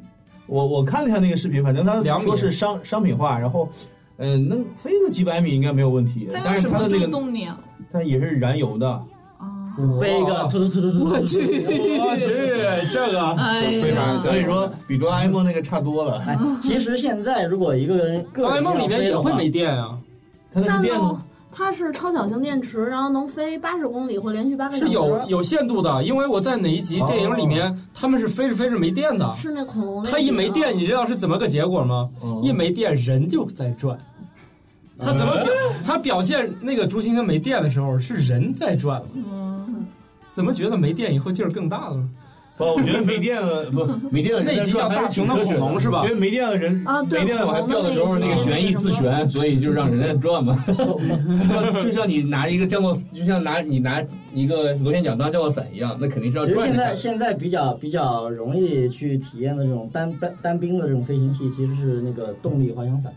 Speaker 11: 我我看了一下那个视频，反正他
Speaker 3: 两米啊
Speaker 11: 说是商商品化，然后，嗯、能飞个几百米应该没有问题。
Speaker 2: 它
Speaker 11: 但
Speaker 2: 用
Speaker 11: 是
Speaker 2: 什么
Speaker 11: 它的那
Speaker 2: 做
Speaker 11: 个，
Speaker 2: 动力啊？
Speaker 11: 它也是燃油的，
Speaker 2: 啊，
Speaker 8: 飞一个，
Speaker 3: 哇
Speaker 8: 突突突突突，
Speaker 2: 我去
Speaker 3: 我去，这个
Speaker 2: 哎
Speaker 4: 非
Speaker 2: 呀
Speaker 4: 常，
Speaker 10: 嗯
Speaker 11: 所以说比哆啦 A 梦那个差多了。
Speaker 8: 哎，其实现在如果一个人个
Speaker 3: 哆啦 A
Speaker 8: 人
Speaker 3: 梦里面也
Speaker 8: 要飞
Speaker 3: 会
Speaker 8: 的话
Speaker 3: 没电啊，
Speaker 11: 它那是
Speaker 5: 那
Speaker 11: 电
Speaker 5: 都
Speaker 11: 的，
Speaker 5: 它是超小型电池，然后能飞八十公里或连续八个小
Speaker 3: 是有
Speaker 5: 时。
Speaker 3: 有限度的，因为我在哪一集电影里面，他们是飞着飞着没电的，
Speaker 5: 是那恐龙那
Speaker 3: 他一
Speaker 5: 几个
Speaker 3: 没电，你知道是怎么个结果吗？
Speaker 11: 嗯
Speaker 3: 一没电人就在转。他怎么表？他表现那个竹蜻蜓没电的时候是人在转了，
Speaker 2: 嗯，
Speaker 3: 怎么觉得没电以后劲儿更大了呢？
Speaker 11: 不，我觉得没电了，不，没电了人
Speaker 3: 那
Speaker 11: 在
Speaker 3: 集叫
Speaker 11: 转还
Speaker 3: 大
Speaker 11: 是挺
Speaker 3: 熊的
Speaker 11: 科学
Speaker 3: 恐
Speaker 11: 的
Speaker 3: 龙是吧
Speaker 11: 因？为没电了人
Speaker 5: 啊对
Speaker 11: 没电了我还掉的时候
Speaker 5: 恐龙的那
Speaker 11: 那
Speaker 5: 个
Speaker 11: 个旋翼自旋，所以就让人家转嘛。 就像就像你拿一个降落，就像拿你拿一个螺旋桨当降落伞一样，那肯定是要
Speaker 8: 其实
Speaker 11: 转
Speaker 8: 现在
Speaker 11: 着下。
Speaker 8: 现在比较比较容易去体验的这种单单单兵的这种飞行器，其实是那个动力滑翔伞，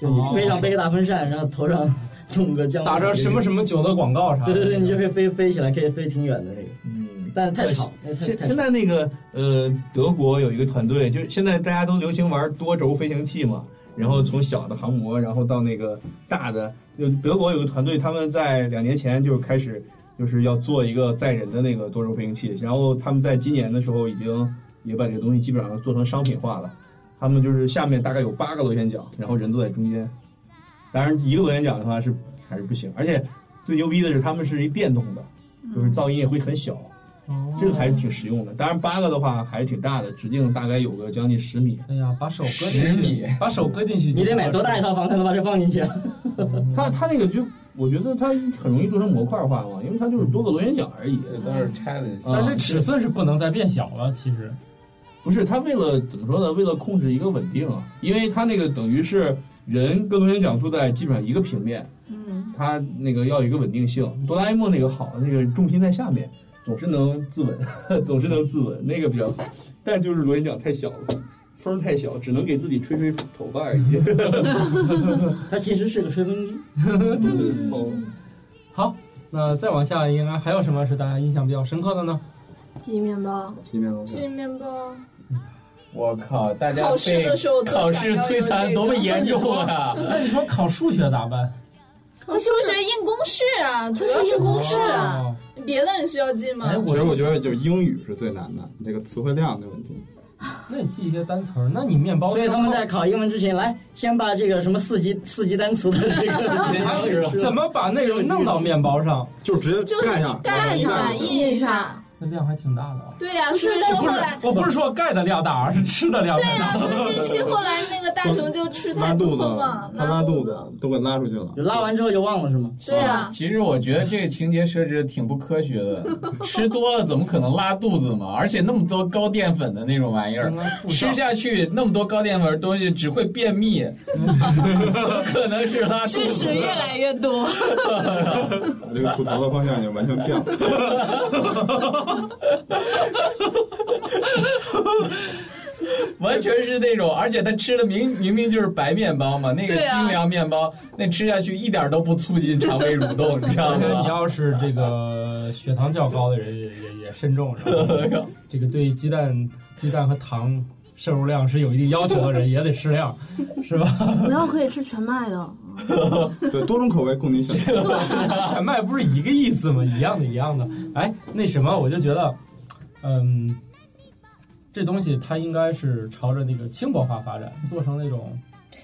Speaker 8: 就你
Speaker 3: 哦
Speaker 8: 背上背个大风扇，然后头上弄个降落伞
Speaker 3: 打着什么？什么酒的广告啥的。
Speaker 8: 对对对，你就可以飞飞起来，可以飞挺远的那个，
Speaker 11: 嗯，
Speaker 8: 但是太吵，那太
Speaker 11: 现
Speaker 8: 太
Speaker 11: 现在那个呃，德国有一个团队，就是现在大家都流行玩多轴飞行器嘛，然后从小的航模，然后到那个大的，就德国有个团队，他们在两年前就开始就是要做一个载人的那个多轴飞行器，然后他们在今年的时候已经也把这个东西基本上做成商品化了。他们就是下面大概有八个螺旋桨，然后人坐在中间。当然，一个螺旋桨的话是还是不行，而且最牛逼的是他们是一电动的，就是噪音也会很小。
Speaker 3: 哦
Speaker 11: 这个还是挺实用的。当然，八个的话还是挺大的，直径大概有个将近十米。
Speaker 3: 哎呀，把手搁
Speaker 6: 十
Speaker 3: 进去，
Speaker 6: 米，
Speaker 3: 把手搁进去，
Speaker 8: 你得买多大一？套房才能把这放进去啊？
Speaker 11: 它它那个就
Speaker 7: 我觉得它很容易做成模块化嘛，因为它就是多个螺旋桨而已。
Speaker 6: 但是拆了一下
Speaker 3: 嗯但是
Speaker 8: 嗯
Speaker 3: 这尺寸是不能再变小了，其实。
Speaker 7: 不是，它为了怎么说呢？为了控制一个稳定啊，因为它那个等于是人跟螺旋桨坐在基本上一个平面，
Speaker 2: 嗯，
Speaker 7: 它那个要有一个稳定性。哆啦 A 梦那个好，那个重心在下面，总是能自稳， 总是能自稳，那个比较好。但就是螺旋桨太小了，风太小，只能给自己吹吹头发而已。
Speaker 8: 它其实是个吹风机。
Speaker 7: 哦，
Speaker 3: 好，那再往下应该还有什么是大家印象比较深刻的呢？
Speaker 5: 记忆面包，
Speaker 4: 奇妙的
Speaker 10: 吃面包，
Speaker 6: 我靠，大家
Speaker 10: 考试
Speaker 6: 被
Speaker 10: 的时候都
Speaker 6: 考
Speaker 10: 想
Speaker 6: 试
Speaker 10: 要
Speaker 6: 摧
Speaker 10: 用
Speaker 6: 残
Speaker 10: 这
Speaker 6: 多么
Speaker 10: 个
Speaker 6: 严重啊！
Speaker 3: 那你说考数学咋办？
Speaker 10: 那就是硬公式啊，主要是公式啊，
Speaker 3: 哦
Speaker 10: 别的你需要记吗
Speaker 3: 哎，？
Speaker 4: 其
Speaker 3: 我
Speaker 4: 实我觉得就是英语是最难的，你这个词汇量的问题。
Speaker 3: 那你记一些单词儿，那你面包
Speaker 8: 所以他们在考英文之前，来先把这个什么四级四级单词的这个
Speaker 6: 真是啊
Speaker 3: 怎么把内容弄到面包上？
Speaker 4: 就直接
Speaker 10: 就是
Speaker 4: 盖上，
Speaker 10: 盖
Speaker 4: 然后
Speaker 10: 上
Speaker 4: 一盖
Speaker 10: 印上，
Speaker 3: 那量还挺大的啊。
Speaker 10: 对呀，所以说
Speaker 3: 不
Speaker 10: 后
Speaker 3: 是
Speaker 10: 来，。
Speaker 3: 我不是说盖的量大啊，是吃的量
Speaker 10: 对呀、
Speaker 3: 大。
Speaker 10: 所以那期后来那个大熊就吃
Speaker 4: 拉
Speaker 10: 太多
Speaker 4: 肚子
Speaker 10: 嘛
Speaker 4: 了，，他拉肚子都给拉出去了。
Speaker 8: 就拉完之后就忘了是吗？
Speaker 10: 对啊呀、
Speaker 6: 其实我觉得这个情节设置挺不科学的， 吃多了怎么可能拉肚子嘛？而且那么多高淀粉的那种玩意儿
Speaker 3: 应，该附上
Speaker 6: 吃下去那么多高淀粉的东西只会便秘， 怎么可能是拉肚
Speaker 10: 知识
Speaker 6: 子？
Speaker 10: 越来越多，
Speaker 4: 我这个吐槽的方向已经完全变了。
Speaker 6: 完全是那种，而且他吃的明明明就是白面包嘛，那个
Speaker 10: 对啊
Speaker 6: 精良面包，那吃下去一点都不促进肠胃蠕动，你知道
Speaker 3: 我觉 得你
Speaker 6: 吗？
Speaker 3: 要是这个血糖较高的人也也也慎重，是吧这个对鸡蛋、鸡蛋和糖摄入量是有一定要求的人也得适量，是吧？
Speaker 5: 没有可以吃全麦的。
Speaker 4: 对，多种口味供你选 择。
Speaker 3: 全麦不是一个意思吗？一样的，一样的。哎，那什么，我就觉得，嗯，这东西它应该是朝着那个轻薄化发展，做成那种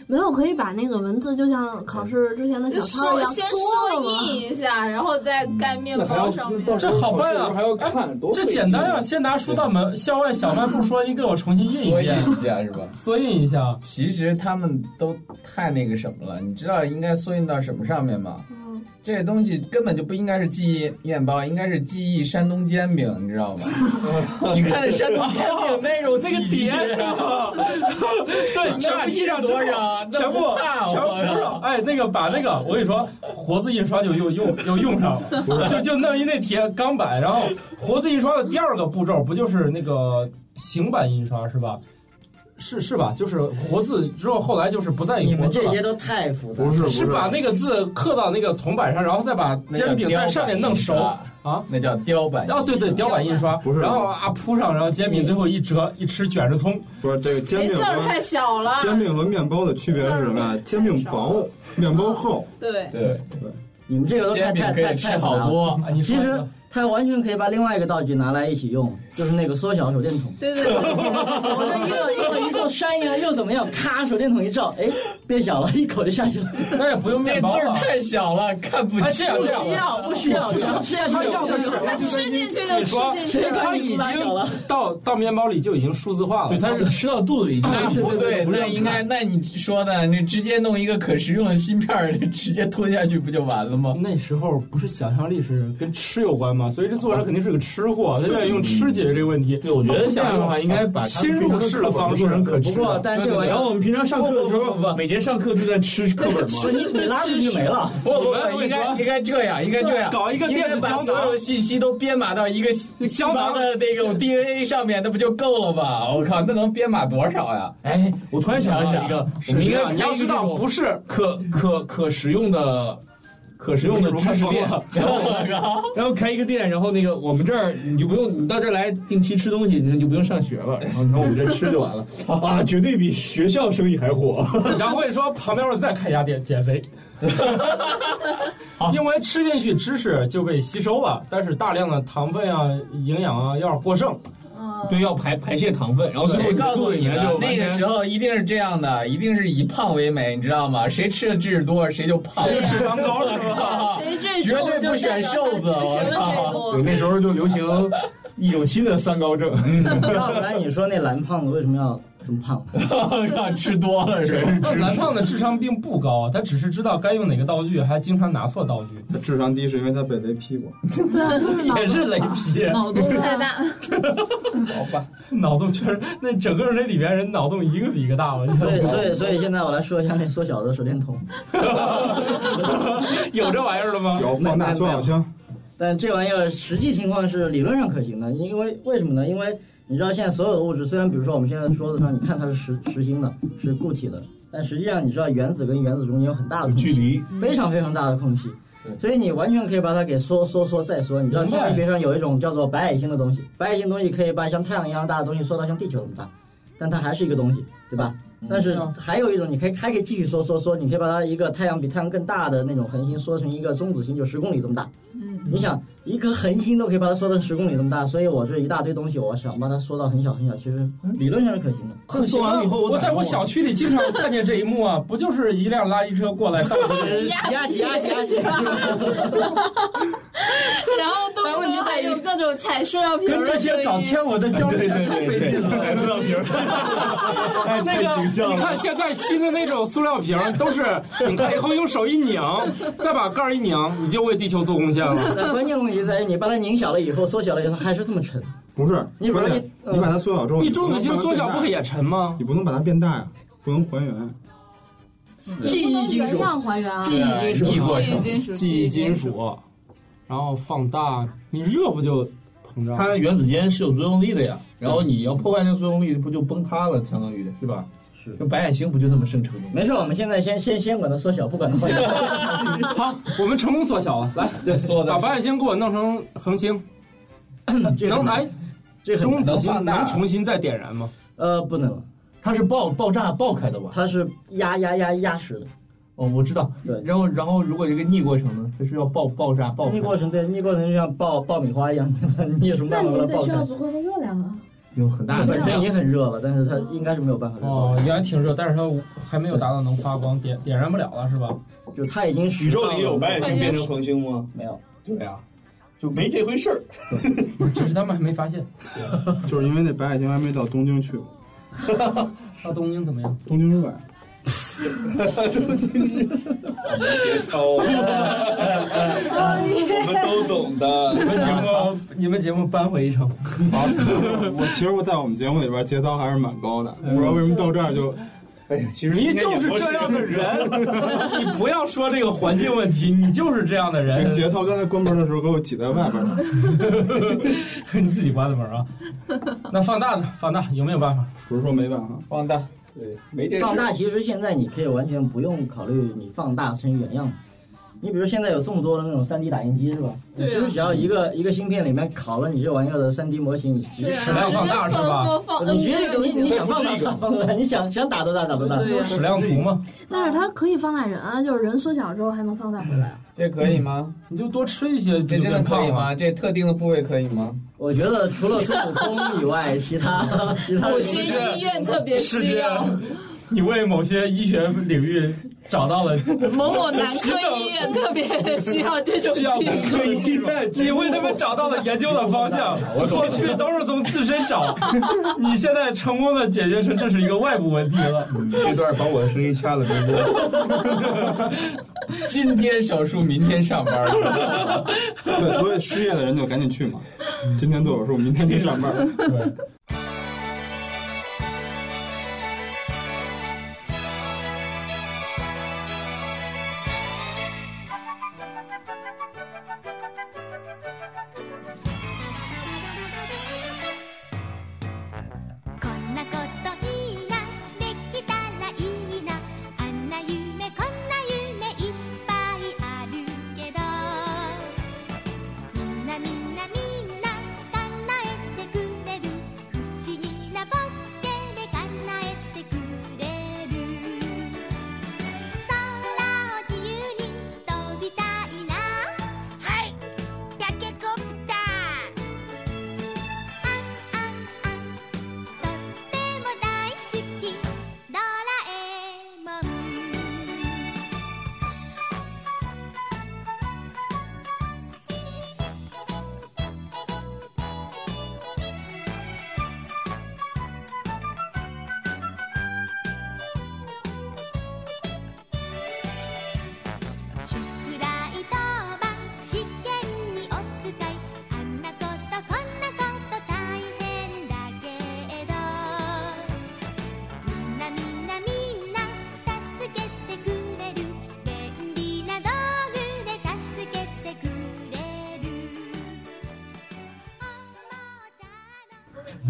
Speaker 5: 没有可以把那个文字就像考试之前的小
Speaker 10: 就
Speaker 5: 抄一
Speaker 10: 说
Speaker 5: 样
Speaker 10: 先
Speaker 5: 缩
Speaker 10: 说
Speaker 5: 了嘛。
Speaker 10: 印一下，然后再盖面包上面。
Speaker 3: 这好办啊
Speaker 7: 还要看，都
Speaker 3: 这简单啊！先拿书到门校外小卖部说你给我重新印
Speaker 6: 所
Speaker 3: 一
Speaker 6: 以
Speaker 3: 遍，
Speaker 6: 一下是吧？
Speaker 3: 缩印一下。
Speaker 6: 其实他们都太那个什么了，你知道应该缩印到什么上面吗？
Speaker 5: 嗯，
Speaker 6: 这东西根本就不应该是记忆面包，应该是记忆山东煎饼，你知道 吗？你看那山东煎饼那种
Speaker 3: 那个
Speaker 6: 体积
Speaker 3: 碟
Speaker 6: 啊，
Speaker 3: 对，全部印上之后
Speaker 6: 多少？
Speaker 3: 全部
Speaker 6: 啊大，
Speaker 3: 全部
Speaker 6: 我
Speaker 3: 铺上，哎，那个把那个，我跟你说，活字印刷就用用又用上了，就就弄一那铁钢板，然后活字印刷的第二个步骤不就是那个行版印刷是吧？是是吧？就是活字之后，后来就是不再
Speaker 8: 你
Speaker 3: 印活
Speaker 8: 们
Speaker 3: 字
Speaker 8: 这
Speaker 3: 了
Speaker 8: 些，都太复杂
Speaker 4: 不。是不
Speaker 3: 是把那个字刻到那个铜板上，然后再把
Speaker 6: 那叫
Speaker 3: 煎饼在上面弄熟
Speaker 6: 雕版印刷
Speaker 3: 啊。
Speaker 6: 那叫雕版。
Speaker 3: 哦，对对，雕版印刷，
Speaker 4: 不是
Speaker 3: 然后啊铺上，然后煎饼最后一折，一吃卷着葱，
Speaker 4: 不是这个煎
Speaker 10: 这哎
Speaker 4: 饼
Speaker 10: 字儿
Speaker 4: 和
Speaker 10: 太小了，
Speaker 4: 煎饼和面包的区别是什么呀？煎饼薄，面包厚。
Speaker 10: 对，
Speaker 6: 对，
Speaker 8: 你们这个都太
Speaker 6: 煎饼
Speaker 8: 太
Speaker 6: 可
Speaker 8: 太
Speaker 6: 以
Speaker 8: 太
Speaker 6: 吃
Speaker 8: 复杂
Speaker 6: 好
Speaker 8: 了。
Speaker 6: 多。
Speaker 3: 啊，你说
Speaker 8: 其
Speaker 3: 一
Speaker 8: 实
Speaker 3: 个
Speaker 8: 它完全可以把另外一个道具拿来一起用，就是那个缩小手电筒。
Speaker 10: 对对对，
Speaker 8: 我这一个一个一座山一样又怎么样？咔，手电筒一照，哎，变小了，一口就下去了。
Speaker 3: 那也不用
Speaker 6: 那
Speaker 3: 面
Speaker 6: 字
Speaker 3: 包啊
Speaker 6: 儿
Speaker 3: 了。
Speaker 6: 太小了，看不
Speaker 3: 哎，这
Speaker 6: 清。
Speaker 3: 样这样
Speaker 8: 不，要，不需要，只要吃下去
Speaker 3: 他
Speaker 8: 就
Speaker 3: 要的是
Speaker 10: 它吃进去就
Speaker 3: 你说
Speaker 10: 吃进去
Speaker 8: 谁
Speaker 10: 了。
Speaker 8: 管你字大小了？
Speaker 3: 到到面包里就已经数字化
Speaker 7: 对，
Speaker 3: 了。
Speaker 7: 它是吃到肚子里已经
Speaker 6: 那不对，那应该，那你说的，你直接弄一个可食用的芯片儿， 直接吞下去不就完了吗？
Speaker 3: 那时候不是想象力是跟吃有关吗？所以这作者肯定是个吃 货，他愿意用吃解决这个问题。
Speaker 7: 对，我觉得这样的话，应该把
Speaker 3: 侵入式的方式
Speaker 7: 做成可吃
Speaker 8: 不
Speaker 7: 的。
Speaker 3: 啊
Speaker 8: 过，但是这玩意
Speaker 11: 然后
Speaker 8: 儿，
Speaker 11: 哎我们平常上课的时
Speaker 6: 不不不
Speaker 11: 候，
Speaker 6: 不
Speaker 11: 每节上课就在吃课本嘛。
Speaker 8: 你你拉出去没了。
Speaker 6: 不不
Speaker 3: 你们
Speaker 6: 不，
Speaker 3: 我跟
Speaker 6: 应
Speaker 3: 你
Speaker 6: 该
Speaker 3: 说
Speaker 6: 应该这样，应该这样，
Speaker 3: 搞一个
Speaker 6: 应
Speaker 3: 电
Speaker 6: 该
Speaker 3: 子
Speaker 6: 把
Speaker 3: 胶
Speaker 6: 所有
Speaker 3: 囊
Speaker 6: 的，信息都编码到一个细
Speaker 3: 胶囊
Speaker 6: 胞的那种 DNA 上面，那不就够了吗？我靠，那能编码多少呀？
Speaker 11: 哎，我突然想到一个，我
Speaker 3: 啊是
Speaker 11: 们应
Speaker 3: 这
Speaker 11: 该
Speaker 3: 样你要知道，不 是
Speaker 11: 可可可食用的。可食用的知识店，然后
Speaker 6: 我靠，
Speaker 11: 然后开一个店，然后那个我们这儿你就不用，你到这儿来定期吃东西，你就不用上学了，然后你从我们这儿吃就完 了，啊，绝对比学校生意还火。
Speaker 10: 嗯
Speaker 3: 然后我跟你说，旁边我再开一家店减肥。因为吃进去知识就被吸收了，但是大量的糖分啊、营养啊要是过 剩，
Speaker 10: 嗯，
Speaker 11: 对，要排排泄糖分，然后最后
Speaker 6: 谁告诉你
Speaker 11: 就
Speaker 6: 的？
Speaker 11: 完全
Speaker 6: 那个时候一定是这样的，一定是以胖为美，你知道吗？谁吃的知识多，谁就胖。
Speaker 10: 对呀
Speaker 3: 脂肪高了是吧？
Speaker 10: 谁最重
Speaker 6: 绝对
Speaker 10: 就
Speaker 6: 不选瘦子
Speaker 10: 代表他
Speaker 6: 我
Speaker 10: 吃
Speaker 6: 操
Speaker 10: 的最多
Speaker 11: 对，那时候就流行一种新的三高症，
Speaker 7: 嗯
Speaker 8: 要不然你说那蓝胖子为什么要中胖了。
Speaker 6: 让吃多了是 吧？
Speaker 3: 蓝胖的 智商并不高，他只是知道该用哪个道具，还经常拿错道具。
Speaker 4: 他智商低是因为他被雷劈过，
Speaker 9: 对啊，就是脑
Speaker 3: 也是雷劈，
Speaker 10: 脑洞太大，
Speaker 6: 好吧，
Speaker 3: 脑洞确实，那整个那里边人脑洞一个比一个大了。
Speaker 8: 所以，所以，所以现在我来说一下那缩小的手电筒。
Speaker 3: 有这玩意儿了吗？
Speaker 4: 有放大缩小枪，
Speaker 8: 但这玩意儿实际情况是理论上可行的，因为为什么呢？因为你知道现在所有的物质，虽然比如说我们现在桌子上，你看它是实实心的，是固体的，但实际上你知道原子跟原子中间有很大的空
Speaker 7: 距
Speaker 8: 隙，
Speaker 7: 离，
Speaker 8: 非常非常大的空隙，所以你完全可以把它给缩缩缩再缩。你知道
Speaker 3: 明白
Speaker 8: 天文学上有一种叫做白矮星的东西，白矮星东西可以把像太阳一样大的东西缩到像地球这么大，但它还是一个东西，对吧？
Speaker 11: 嗯
Speaker 7: 嗯
Speaker 8: 但是还有一种，你可以还可以继续缩缩缩，你可以把它一个太阳比太阳更大的那种恒星缩成一个中子星，就十公里这么大。
Speaker 10: 嗯，
Speaker 8: 你想一颗恒星都可以把它缩成十公里那么大，所以我这一大堆东西，我想把它缩到很小很小，其实理论上是可行的。
Speaker 3: 可惜
Speaker 7: 做完了以后我
Speaker 3: 我
Speaker 7: 咋
Speaker 3: 在
Speaker 7: 弄
Speaker 3: 我
Speaker 7: 啊
Speaker 3: 小区里经常看见这一幕啊，不就是一辆垃圾车过来到 处
Speaker 8: 挤压挤压挤压 挤压，
Speaker 10: 然后动不动还有各种踩塑料瓶
Speaker 3: 跟
Speaker 10: 儿
Speaker 3: 这
Speaker 10: 的
Speaker 3: 些
Speaker 10: 声
Speaker 3: 找
Speaker 10: 音。
Speaker 3: 天文的交流
Speaker 7: 对对
Speaker 3: 太费
Speaker 7: 对
Speaker 3: 劲
Speaker 7: 对，哎还
Speaker 3: 了。
Speaker 7: 不到瓶儿，
Speaker 3: 那个，你看现在新的那种塑料瓶儿 都是，你看以后用手一拧，再把盖儿一拧，你就为地球做贡献了。
Speaker 8: 但关键问题在于你把它拧小了以后，缩小了以后还是这么沉。
Speaker 4: 不是？
Speaker 8: 你把
Speaker 4: 关
Speaker 8: 它
Speaker 4: 键你把它缩小之后，
Speaker 3: 你
Speaker 4: 不能
Speaker 3: 中子星
Speaker 4: 把它
Speaker 3: 缩
Speaker 4: 变
Speaker 3: 小
Speaker 4: 大
Speaker 3: 不可也沉吗？
Speaker 4: 你不能把它变大呀，不能还原。
Speaker 8: 记
Speaker 9: 不
Speaker 8: 忆
Speaker 9: 能
Speaker 8: 金
Speaker 9: 原
Speaker 8: 属，
Speaker 9: 样还原啊。
Speaker 8: 记忆金
Speaker 6: 逆
Speaker 8: 属，
Speaker 6: 过程
Speaker 10: 忆。金属，
Speaker 3: 记忆金
Speaker 10: 属，
Speaker 3: 属，然后放大，你热不就膨胀？
Speaker 7: 它原子间是有作用力的呀，
Speaker 11: 嗯
Speaker 7: 然后你要破坏那个作用力，不就崩塌了，相当于是吧？
Speaker 8: 是
Speaker 7: 就白矮星不就这么生成的吗？
Speaker 8: 没事，我们现在先先先管它缩小，不管它还原。
Speaker 3: 好，我们成功缩小啊！来，
Speaker 6: 再缩的
Speaker 3: 把白矮星给我弄成恒星，
Speaker 8: 这个
Speaker 3: 能
Speaker 8: 很难
Speaker 3: 哎，
Speaker 8: 这个很
Speaker 3: 中
Speaker 8: 难
Speaker 3: 子
Speaker 6: 能
Speaker 3: 星
Speaker 6: 放大
Speaker 3: 能重新再点燃吗？
Speaker 8: 呃不能了，
Speaker 7: 它是爆爆炸爆开的吧？
Speaker 8: 它是压压压压实的。
Speaker 7: 哦，我知道。
Speaker 8: 对
Speaker 7: 然后然后如果一个逆过程呢，它是要爆爆炸爆开
Speaker 8: 逆。过程对逆过程就像爆爆米花一样，你有什么
Speaker 9: 那
Speaker 8: 办
Speaker 9: 你
Speaker 8: 法把它
Speaker 9: 得
Speaker 8: 爆
Speaker 9: 需要
Speaker 8: 开？
Speaker 9: 足够的热量啊。
Speaker 7: 有很大
Speaker 8: 它
Speaker 7: 的
Speaker 8: 本身已经很热了，但是它应该是没有办法再爆
Speaker 3: 哦，原来挺热，但是它还没有达到能发光，点点燃不了了是 吧？
Speaker 8: 就它已经
Speaker 11: 宇宙里有白矮星
Speaker 10: 星
Speaker 11: 变
Speaker 10: 变
Speaker 11: 成恒星吗？
Speaker 8: 没有？
Speaker 11: 对呀、就没这回事儿。
Speaker 3: 只是他们还没发现。
Speaker 4: 就是因为那白矮星还没到东京去，
Speaker 3: 到东京怎么样？
Speaker 4: 东京之外。
Speaker 11: 别操啊！我们都 懂
Speaker 3: 你
Speaker 11: 的。
Speaker 3: 们节目， 你们节目扳回一城。
Speaker 4: 好，我其实我在我们节目里边节操还是蛮高的，不知道为什么到这儿就
Speaker 11: 哎呀，其实
Speaker 3: 你
Speaker 11: 今天
Speaker 3: 就
Speaker 11: 也
Speaker 3: 是
Speaker 11: 不
Speaker 3: 这样的人， 你不要说这个环境问题，你就是这样的
Speaker 11: 哎
Speaker 3: 人。
Speaker 4: 哎节操。刚才关门的时候给我挤在外 边了，
Speaker 3: 你自己关的门 啊？那放大呢？放大有没有办法？
Speaker 4: 不是说没办法，
Speaker 6: 放大，
Speaker 11: 对，没这事儿
Speaker 8: 放大其实现在你可以完全不用考虑你放大成原样。你比如现在有这么多的那种 3D 打印机是吧？
Speaker 2: 对啊
Speaker 8: 你是不是只要一个一个芯片里面拷了你这玩意儿的 3D 模型，你直
Speaker 10: 对
Speaker 8: 接
Speaker 10: 啊
Speaker 3: 质量放大是
Speaker 10: 直
Speaker 3: 吧
Speaker 10: 接放放嗯 N
Speaker 8: 你直
Speaker 10: 倍
Speaker 8: 接
Speaker 10: 都
Speaker 8: 你你
Speaker 10: 行。
Speaker 8: 想放大就放大，你想想打多大打多大。
Speaker 10: 对呀
Speaker 3: 矢量图吗？
Speaker 9: 但是它可以放大人啊，就是人缩小之后还能放大回来。
Speaker 6: 这可以吗？
Speaker 3: 你就多吃一些，
Speaker 6: 这
Speaker 3: 就
Speaker 6: 真的
Speaker 3: 变
Speaker 6: 可
Speaker 3: 胖
Speaker 6: 以
Speaker 3: 了。
Speaker 6: 吗？这特定的部位可以吗？
Speaker 8: 我觉得除了孙悟空以外，其他其他
Speaker 10: 某
Speaker 8: 人
Speaker 10: 些医院特别
Speaker 3: 世
Speaker 10: 需
Speaker 3: 界
Speaker 10: 要，
Speaker 3: 你为某些医学领域找到 了，
Speaker 10: 嗯某某男科医院特别需要这种
Speaker 3: 需要
Speaker 10: 技
Speaker 3: 男
Speaker 10: 术。
Speaker 3: 科医 院，你为他们找到了研究的方向。过去都是从自身找， 你现在成功的解决成这是一个外部问题了。
Speaker 11: 你这段把我的声音掐了，别播。
Speaker 6: 今天手术，明天上班 儿，
Speaker 4: 对，所以失业的人就赶紧去嘛。
Speaker 11: 嗯
Speaker 4: 今天做手术，明天去上班。
Speaker 3: 对。
Speaker 1: こんなこといいなできたらいいなあんな夢こんな夢いっぱいあるけどみんなみんなみんな叶えてくれる不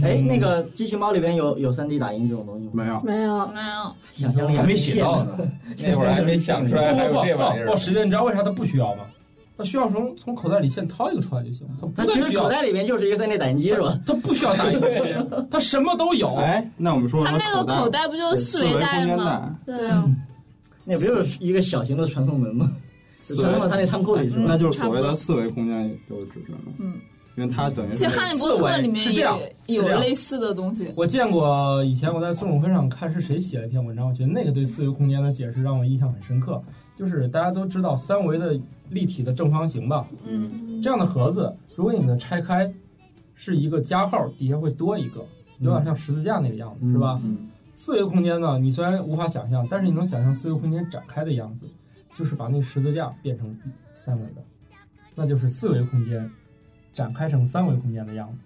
Speaker 8: 哎，那个机器猫里边有有 3D 打印这种东西吗？
Speaker 4: 没有，
Speaker 9: 没有
Speaker 2: 没有，
Speaker 8: 想象力
Speaker 11: 还没写到呢，
Speaker 6: 那会儿还没想出来还有这玩意儿
Speaker 3: 报时间，你知道为啥他不需要吗？他需要从从口袋里现掏一个出来就行，他
Speaker 8: 那
Speaker 3: 不
Speaker 8: 其
Speaker 3: 再需
Speaker 8: 实
Speaker 3: 要
Speaker 8: 口袋里啊面就是一个 3D 打印机是吧？
Speaker 3: 他不需要打印 机，他什么都有。
Speaker 4: 哎，那我们说
Speaker 2: 他那个口袋不就是四维带吗？对啊，
Speaker 8: 那不就是一个小型的传送门吗？就传送到他那仓库里是吧？
Speaker 4: 那就是所谓的四维空间有指示了。
Speaker 2: 嗯，
Speaker 4: 因为它等于
Speaker 2: 其实《哈利波特》里面
Speaker 3: 是这样
Speaker 2: 也有
Speaker 3: 是这样
Speaker 2: 类似的东西。
Speaker 3: 我见过，以前我在宋永辉上看是谁写了一篇文章，我觉得那个对四维空间的解释让我印象很深刻。就是大家都知道三维的立体的正方形吧，
Speaker 2: 嗯，
Speaker 3: 这样的盒子，如果你给它拆开，是一个加号，底下会多一个，有点像十字架那个样子，是吧？
Speaker 6: 嗯
Speaker 3: 四维空间呢，你虽然无法想象，但是你能想象四维空间展开的样子，就是把那十字架变成三维的，那就是四维空间展开成三维空间的样子。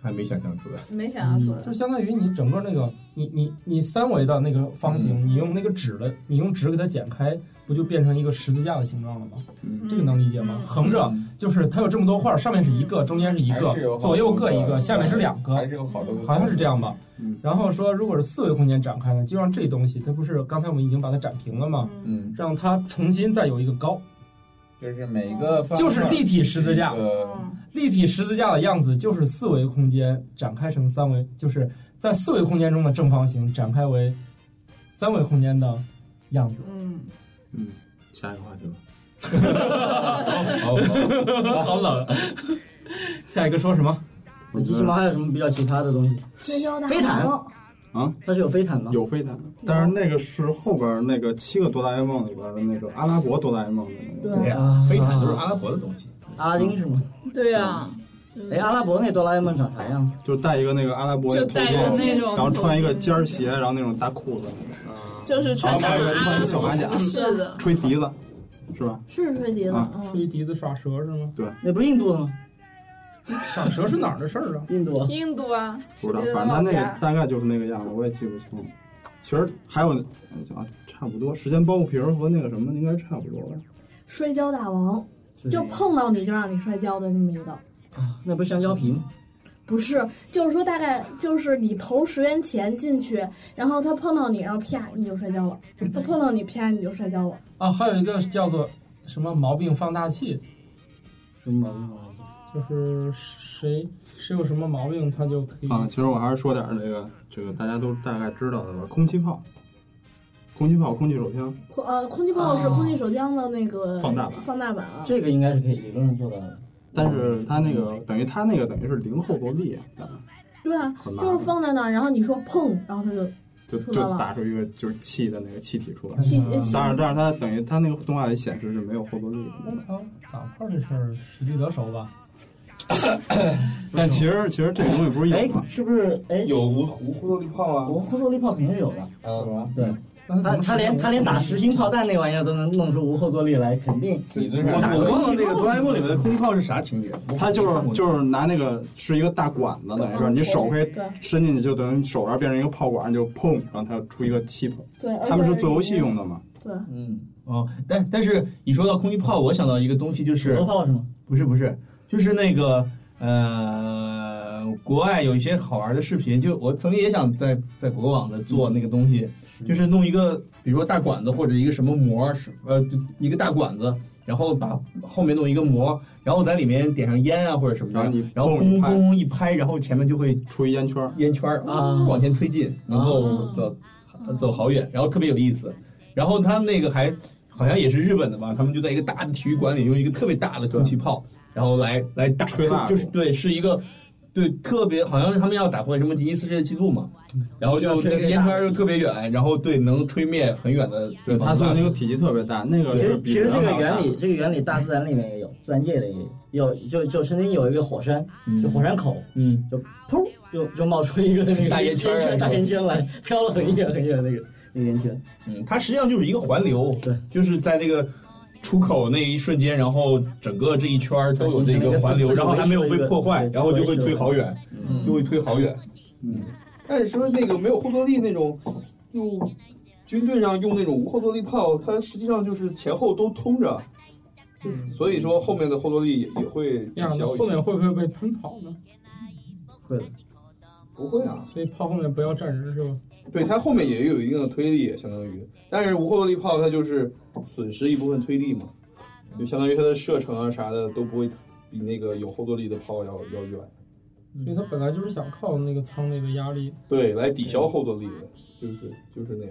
Speaker 11: 还没想象出来。
Speaker 10: 没想象出来
Speaker 3: 就。相当于你整个那个你你你三维的那个方形，
Speaker 6: 嗯
Speaker 3: 你用那个纸的，你用纸给它剪开，不就变成一个十字架的形状了吗？
Speaker 4: 嗯
Speaker 3: 这个能理解吗？横着就是它有这么多块儿，上面是一个，中间是一
Speaker 6: 嗯还是有
Speaker 3: 个，
Speaker 6: 好
Speaker 3: 左右各一
Speaker 6: 多
Speaker 3: 个，
Speaker 6: 个
Speaker 3: 下面是两个，
Speaker 6: 还是有好多个
Speaker 3: 好像是这样吧
Speaker 4: 嗯。
Speaker 3: 然后说，如果是四维空间展开呢，就让这东西它不是刚才我们已经把它展平了吗？
Speaker 6: 嗯，
Speaker 3: 让它重新再有一个高，
Speaker 6: 就是每个方
Speaker 3: 就是
Speaker 6: 块
Speaker 3: 立体十字架
Speaker 6: 一。个
Speaker 2: 嗯
Speaker 3: 立体十字架的样子就是四维空间展开成三维，就是在四维空间中的正方形展开为三维空间的样子。
Speaker 10: 嗯，
Speaker 4: 嗯，下一个话题吧。
Speaker 11: 好，
Speaker 3: 好冷。啊下一个说什么？
Speaker 4: 我觉
Speaker 8: 机器猫
Speaker 4: 得
Speaker 8: 还有什么比较奇葩的东西？
Speaker 9: 摔跤大
Speaker 8: 飞毯
Speaker 9: 魔
Speaker 4: 啊，
Speaker 8: 它是有飞毯吗？
Speaker 4: 有飞弹，但是那个是后边那个七个哆啦 A 梦里边的那个阿拉伯哆啦 A 梦的那个。
Speaker 9: 对
Speaker 11: 对呀，飞毯就是阿拉伯的东西。
Speaker 8: 啊阿拉丁是吗？
Speaker 2: 对啊，
Speaker 8: 哎，阿拉伯那哆啦 A 梦长啥样？
Speaker 4: 就戴一个那个阿拉伯的
Speaker 2: 就
Speaker 4: 头
Speaker 2: 戴着
Speaker 4: 套，
Speaker 2: 那种
Speaker 4: 然后穿一个尖儿鞋，然后那种大裤子，
Speaker 2: 就是穿着
Speaker 4: 然后还有一个
Speaker 2: 阿
Speaker 4: 穿一
Speaker 2: 拉
Speaker 4: 个小
Speaker 2: 伯
Speaker 4: 马甲
Speaker 10: 啊
Speaker 2: 服饰的，
Speaker 4: 吹笛子，是吧？
Speaker 9: 是吹笛子，
Speaker 4: 啊
Speaker 9: 嗯，
Speaker 3: 吹笛子耍蛇是吗？
Speaker 8: 那不是印度的吗？
Speaker 3: 耍蛇是哪儿的事儿啊？
Speaker 8: 印度啊，
Speaker 10: 印度啊，
Speaker 4: 不知道，反正他那个大概就是那个样子，我也记不清了。其实还有啊，差不多，时间包袱皮儿和那个什么应该差不多吧。
Speaker 9: 摔跤大王就碰到你就让你摔跤的那么一个。
Speaker 8: 那不是香蕉皮吗？
Speaker 9: 不是，就是说大概就是你投十元钱进去，然后他碰到你，然后啪你就摔跤了；
Speaker 4: 嗯
Speaker 9: 他碰到你，啪你就摔跤了。
Speaker 3: 啊，还有一个叫做什么毛病放大器，
Speaker 8: 什么毛病啊？
Speaker 3: 就是谁谁有什么毛病，他就可以。
Speaker 4: 啊，其实我还是说点儿这个这个大家都大概知道的吧，空气炮。空气炮、空气手枪，
Speaker 9: 空呃，空气炮是
Speaker 8: 哦
Speaker 9: 空气手枪的那个
Speaker 4: 放大版
Speaker 9: 放大版啊。
Speaker 8: 这个应该是可以理论上做到的。
Speaker 4: 但是它那个等于它那个等于是零后坐力，
Speaker 9: 对啊，
Speaker 4: 很麻
Speaker 9: 就是
Speaker 4: 烦，
Speaker 9: 放在那儿，然后你说砰，然后他就
Speaker 4: 就
Speaker 9: 出
Speaker 4: 就
Speaker 9: 来了
Speaker 4: 打出一个就是气的那个气体出来。
Speaker 9: 气
Speaker 3: 嗯
Speaker 9: 气
Speaker 4: 当然，但是它等于它那个动画里显示是没有后坐力的。
Speaker 9: 嗯
Speaker 3: 我操，打炮这事儿实地得手吧？
Speaker 4: 但其实其实这个东西不是有啊
Speaker 8: 哎
Speaker 4: 吗？，
Speaker 8: 是不是？哎，
Speaker 11: 有无无忽悠力炮啊？
Speaker 8: 我后坐力炮肯定是有的。
Speaker 6: 是吧？
Speaker 8: 对，
Speaker 3: 那
Speaker 8: 他
Speaker 3: 怎么
Speaker 8: 他连
Speaker 3: 实现
Speaker 8: 他连打实心炮弹那玩意儿都能弄出无后坐力来，肯定
Speaker 6: 理论
Speaker 11: 我
Speaker 6: 上打
Speaker 11: 我忘了那个哆啦 A 梦里面的空气炮是啥情节？
Speaker 4: 它就是就是拿那个是一个大管子，等于是
Speaker 9: 嗯
Speaker 4: 你手可以
Speaker 9: 对
Speaker 4: 伸进去，就等于手腕变成一个炮管，你就砰，然后它出一个气泡。
Speaker 9: 嗯对，而且
Speaker 4: 他们是做游戏用的嘛？
Speaker 9: 对，
Speaker 6: 嗯，
Speaker 11: 哦，但但是你说到空气炮，我想到一个东西，就是
Speaker 8: 核炮是吗？
Speaker 11: 不是不是，就是那个呃，国外有一些好玩的视频，就我曾经也想在在国网的做那个东西，就是弄一个，比如说大管子或者一个什么膜，是呃就一个大管子，然后把后面弄一个膜，然后在里面点上烟啊或者什么
Speaker 4: 然后
Speaker 11: 的
Speaker 4: 你，
Speaker 11: 然后
Speaker 4: 砰一
Speaker 11: 轰
Speaker 4: 拍
Speaker 11: 轰一拍，然后前面就会
Speaker 4: 出一烟圈儿，
Speaker 11: 烟圈儿
Speaker 8: 啊
Speaker 11: 往前推进，能够走走好远，然后特别有意思。然后他们那个还好像也是日本的吧，他们就在一个大的体育馆里用一个特别大的空气炮，然后来来打
Speaker 4: 吹蜡烛
Speaker 11: 就是对，是一个对特别好像他们要打破什么吉尼斯世界纪录嘛，
Speaker 4: 嗯
Speaker 11: 然后就那个烟圈儿就特别远，然后对能吹灭很远的地
Speaker 4: 对，它
Speaker 11: 方
Speaker 4: 做
Speaker 11: 的蜡
Speaker 4: 的那
Speaker 11: 烛
Speaker 4: 个体积特别大，那个
Speaker 8: 其
Speaker 4: 是
Speaker 8: 实
Speaker 4: 比
Speaker 8: 其实这
Speaker 4: 人
Speaker 8: 个
Speaker 4: 还要大
Speaker 8: 原理，这个原理大自然里面也有，自然界里也有，就就曾经有一个火山，就火山口，
Speaker 11: 嗯，
Speaker 8: 砰就就冒出一个那个
Speaker 11: 大烟圈儿
Speaker 8: 大烟圈来，飘了很远很远那个那个烟圈。
Speaker 11: 嗯，它实际上就是一个环流，
Speaker 8: 对，
Speaker 11: 就是在那个出口那一瞬间，然后整个这一圈儿都有这个环流，
Speaker 8: 对
Speaker 11: 然后还没有被破坏，
Speaker 8: 对
Speaker 11: 然后就会推好远，就会推好远。
Speaker 4: 嗯，
Speaker 11: 但是说那个没有后坐力那种，就军队上用那种无后坐力炮，它实际上就是前后都通着，
Speaker 3: 嗯
Speaker 11: 所以说后面的后坐力也也会
Speaker 3: 呀，那后面会不会被喷跑呢？
Speaker 8: 会的。
Speaker 6: 不会啊，
Speaker 3: 所以炮后面不要站直是吧？
Speaker 6: 对，它后面也有一定的推力，相当于，但是无后坐力炮它就是损失一部分推力嘛，就相当于它的射程啊啥的都不会比那个有后坐力的炮要要远，
Speaker 3: 所以他本来就是想靠那个舱内的压力。
Speaker 6: 对，来抵消后坐力的，就是就是那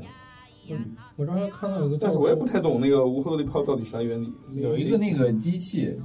Speaker 6: 样。
Speaker 3: 我刚才看到有个叫
Speaker 6: 但是我也不太懂那个无后坐力炮到底啥原理。
Speaker 3: 有一
Speaker 6: 个那个机器，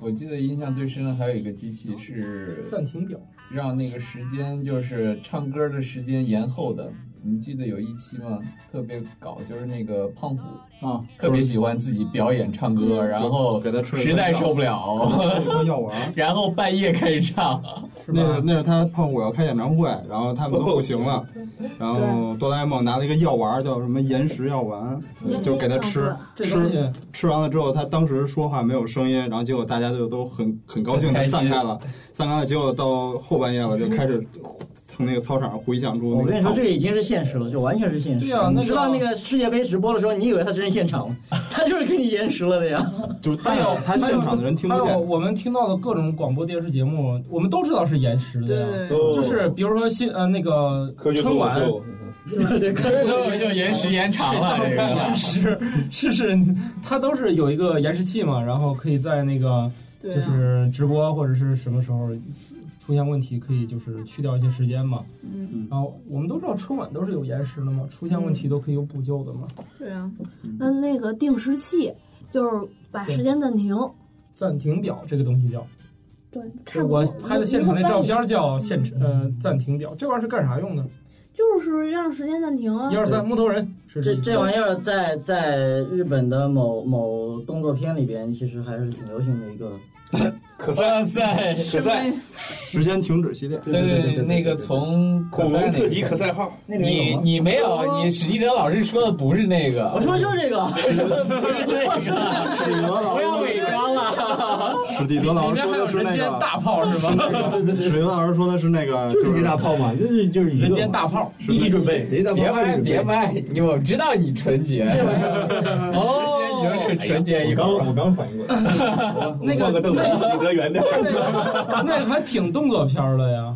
Speaker 6: 我记得印象最深的还有一个机器是
Speaker 3: 暂停表，
Speaker 6: 让那个时间就是唱歌的时间延后的。你记得有一期吗？特别搞，就是那个胖虎
Speaker 4: 啊，
Speaker 6: 特别喜欢自己表演唱歌，然后
Speaker 4: 嗯给他吃了
Speaker 6: 实在受不
Speaker 4: 给他吃了
Speaker 6: 了，
Speaker 4: 药丸，
Speaker 6: 然后半夜开始唱。
Speaker 4: 那是那是他胖虎要开演唱会，然后他们都不行了，然后哆啦 A 梦拿了一个药丸，叫什么延时药丸，就给他吃
Speaker 3: 这东西
Speaker 4: 吃吃完了之后，他当时说话没有声音，然后结果大家就都很很高兴
Speaker 3: 很
Speaker 4: 的
Speaker 3: 开
Speaker 4: 散
Speaker 3: 心
Speaker 4: 开了，散开了，结果到后半夜了就开始从那个操场上回响出。
Speaker 8: 我跟你说，这个已经是现实了，就完全是现实。
Speaker 4: 对啊那个
Speaker 8: 你知道那个世界杯直播的时候，你以为他真是现场吗？他就是给你延时了的呀。
Speaker 4: 就是
Speaker 3: 还有还有还有我们听到的各种广播电视节目，我们都知道是延时的呀，
Speaker 6: 对
Speaker 3: 就是比如说新呃那个春晚，
Speaker 6: 嗯
Speaker 8: 对，
Speaker 6: 科学脱口秀延时延长了这个
Speaker 3: 延时 是是，它都是有一个延时器嘛，然后可以在那个就
Speaker 6: 对啊
Speaker 3: 是直播或者是什么时候出出现问题，可以就是去掉一些时间嘛。
Speaker 10: 嗯，
Speaker 3: 然后我们都知道春晚都是有延时的嘛，出现问题都可以有补救的嘛。
Speaker 5: 对啊，那那个定时器就是把时间暂停，
Speaker 3: 暂停表这个东西叫，
Speaker 9: 对，差
Speaker 3: 就
Speaker 9: 不多
Speaker 3: 我。拍的现场那照片叫现呃暂停表，这玩意儿是干啥用的？
Speaker 9: 就是让时间暂停啊。
Speaker 3: 一二三，木头人是
Speaker 8: 这
Speaker 3: 意思
Speaker 8: 这玩意儿在在日本的某某动作片里边，其实还是挺流行的一个。
Speaker 6: 可赛赛可赛
Speaker 4: 时间停止系列，
Speaker 6: 对对，那个从可赛那个 你你没有，你史蒂德老师说的不是那个，
Speaker 8: 我说就是这个，我说的不是这个，不要伪装了。
Speaker 4: 史蒂德老师说的是那
Speaker 3: 里面还有人
Speaker 4: 个
Speaker 3: 间大炮是吗
Speaker 4: 史蒂德老师说的是那个，
Speaker 6: 就是
Speaker 4: 是
Speaker 6: 大炮嘛
Speaker 4: 就是就是
Speaker 3: 人间大炮，
Speaker 6: 一起准备，
Speaker 4: 人家
Speaker 6: 别
Speaker 4: 大炮一
Speaker 6: 歪
Speaker 4: 起准备
Speaker 6: 别歪，你我知道你纯洁，哦，你就是纯洁一会儿吧。
Speaker 4: 我刚反应过 来，
Speaker 3: 那个
Speaker 4: 史蒂德原谅。
Speaker 3: 那个还挺动作片儿的呀。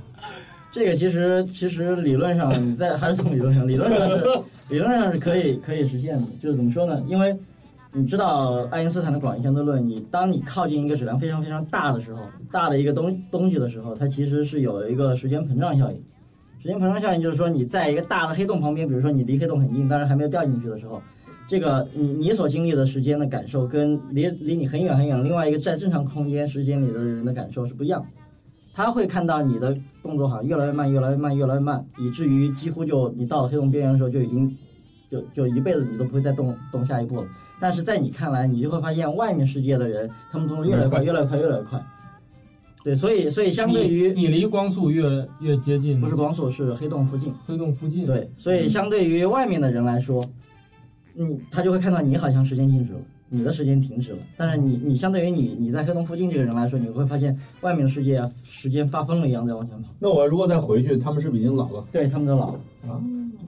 Speaker 8: 这个其实其实理论上，你在还是从理论上，理论上是理论上是可以可以实现的。就是怎么说呢？因为你知道爱因斯坦的广义相对论，你当你靠近一个质量非常非常大的时候，大的一个东东西的时候，它其实是有一个时间膨胀效应。时间膨胀效应就是说，你在一个大的黑洞旁边，比如说你离黑洞很近，但是还没有掉进去的时候，这个你你所经历的时间的感受，跟离离你很远很远另外一个在正常空间时间里的人的感受是不一样的。他会看到你的动作好像越来越慢，越来越慢，越来越慢，以至于几乎就你到了黑洞边缘的时候就已经就就一辈子你都不会再动动下一步了。但是在你看来，你就会发现外面世界的人，他们动作越来越快，越来越快，越来越快。对，所以所以相对于
Speaker 3: 你离光速越越接近，
Speaker 8: 不是光速，是黑洞附近。
Speaker 3: 黑洞附近。
Speaker 8: 对，所以相对于外面的人来说，你他就会看到你好像时间静止了，你的时间停止了。但是你你相对于你你在黑洞附近这个人来说，你会发现外面的世界啊时间发疯了一样在往前跑。
Speaker 11: 那我如果再回去，他们是不是已经老了？
Speaker 8: 对他们都老了
Speaker 11: 啊。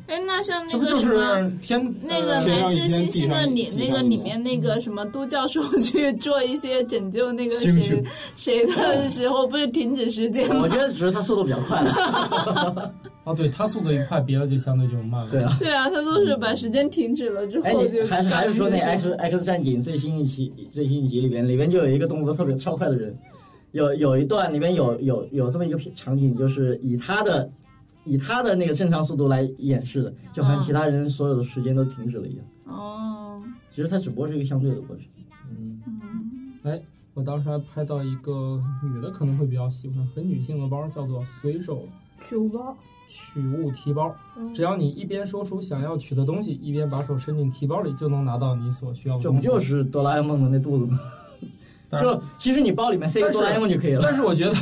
Speaker 10: 哎，那像那
Speaker 3: 这不
Speaker 10: 个
Speaker 3: 就
Speaker 10: 什么
Speaker 3: 是。天
Speaker 10: 那个
Speaker 3: 呃
Speaker 10: 来自星星的你，那
Speaker 3: 地上一天
Speaker 10: 个里面那个什么都教授去做一些拯救那个
Speaker 8: 星
Speaker 10: 谁
Speaker 8: 星
Speaker 10: 谁的时候，不是停止时间吗？
Speaker 8: 我觉得只是他速度比较快
Speaker 10: 了。
Speaker 3: 哦，对，它速度一快，别的就相对就慢了。
Speaker 8: 对啊，
Speaker 10: 对啊，他都是把时间停止了之
Speaker 8: 哎，
Speaker 10: 后
Speaker 8: 你
Speaker 10: 就
Speaker 8: 还是还是说那《
Speaker 10: 干了这
Speaker 8: X
Speaker 10: 个
Speaker 8: X 战警》最新一期最新一集里边，里边就有一个动作特别超快的人，有有一段里边有有有这么一个片场景，就是以他的以他的那个正常速度来演示的，就好像其他人所有的时间都停止了一样。
Speaker 10: 哦，
Speaker 8: 其实它只不过是一个相对的过程。
Speaker 3: 嗯哎，我当时还拍到一个女的可能会比较喜欢，很女性的包，叫做随手
Speaker 9: 取物包，
Speaker 3: 取物提包
Speaker 9: 嗯。
Speaker 3: 只要你一边说出想要取的东西，一边把手伸进提包里，就能拿到你所需要的
Speaker 8: 这不
Speaker 3: 东西。
Speaker 8: 就是哆啦 A 梦的那肚子吗？ 就其实你包里面塞一个
Speaker 3: 但是
Speaker 8: 哆啦 A 梦就可以了。
Speaker 3: 但是我觉得，